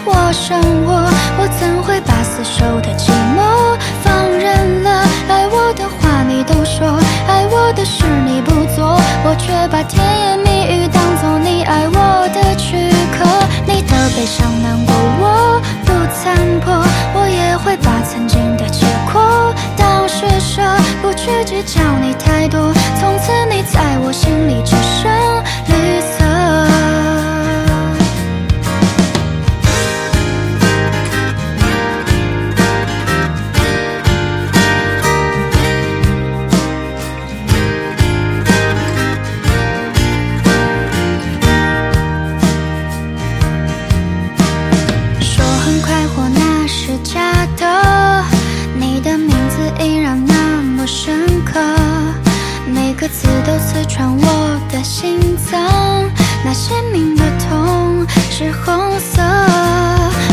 我生活，我怎会把死守的寂寞放任了？爱我的话你都说，爱我的事你不做，我却把甜言蜜语当做你爱我的躯壳。你的悲伤难过我不参破，我也会把曾经的结果当施舍，不去计较你太多，从此你在我心里只剩绿色。说很快活那是假的，你的名字依然那么深刻，每个字都刺穿我的心脏，那鲜明的痛是红色。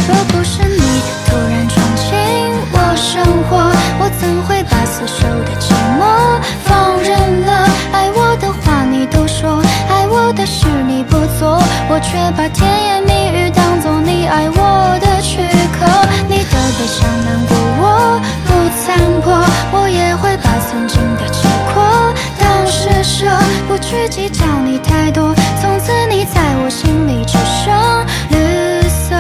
若不是你突然闯进我生活，我怎会把死守的寂寞放任了？爱我的话你都说，爱我的事你不做，我却把甜言蜜语当做你爱我的躯壳。你的悲伤难过我不参破，我也会把曾经的结果当施舍，不去计较你太多，从此你在我心里只剩绿色。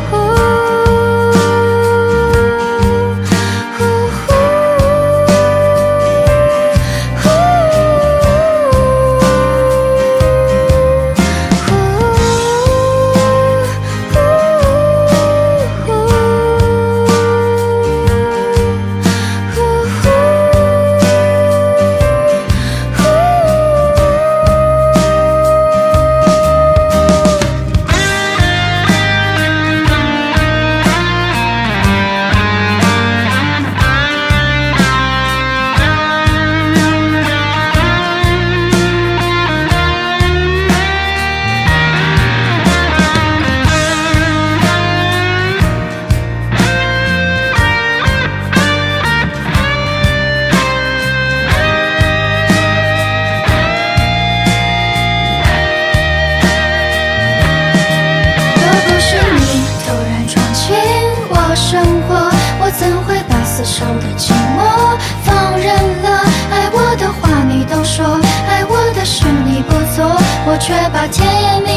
呼呼呼若不是你突然闯进我生活，我怎会把死守的寂寞放任了？爱我的话你都说，爱我的事你不做，我却把甜言蜜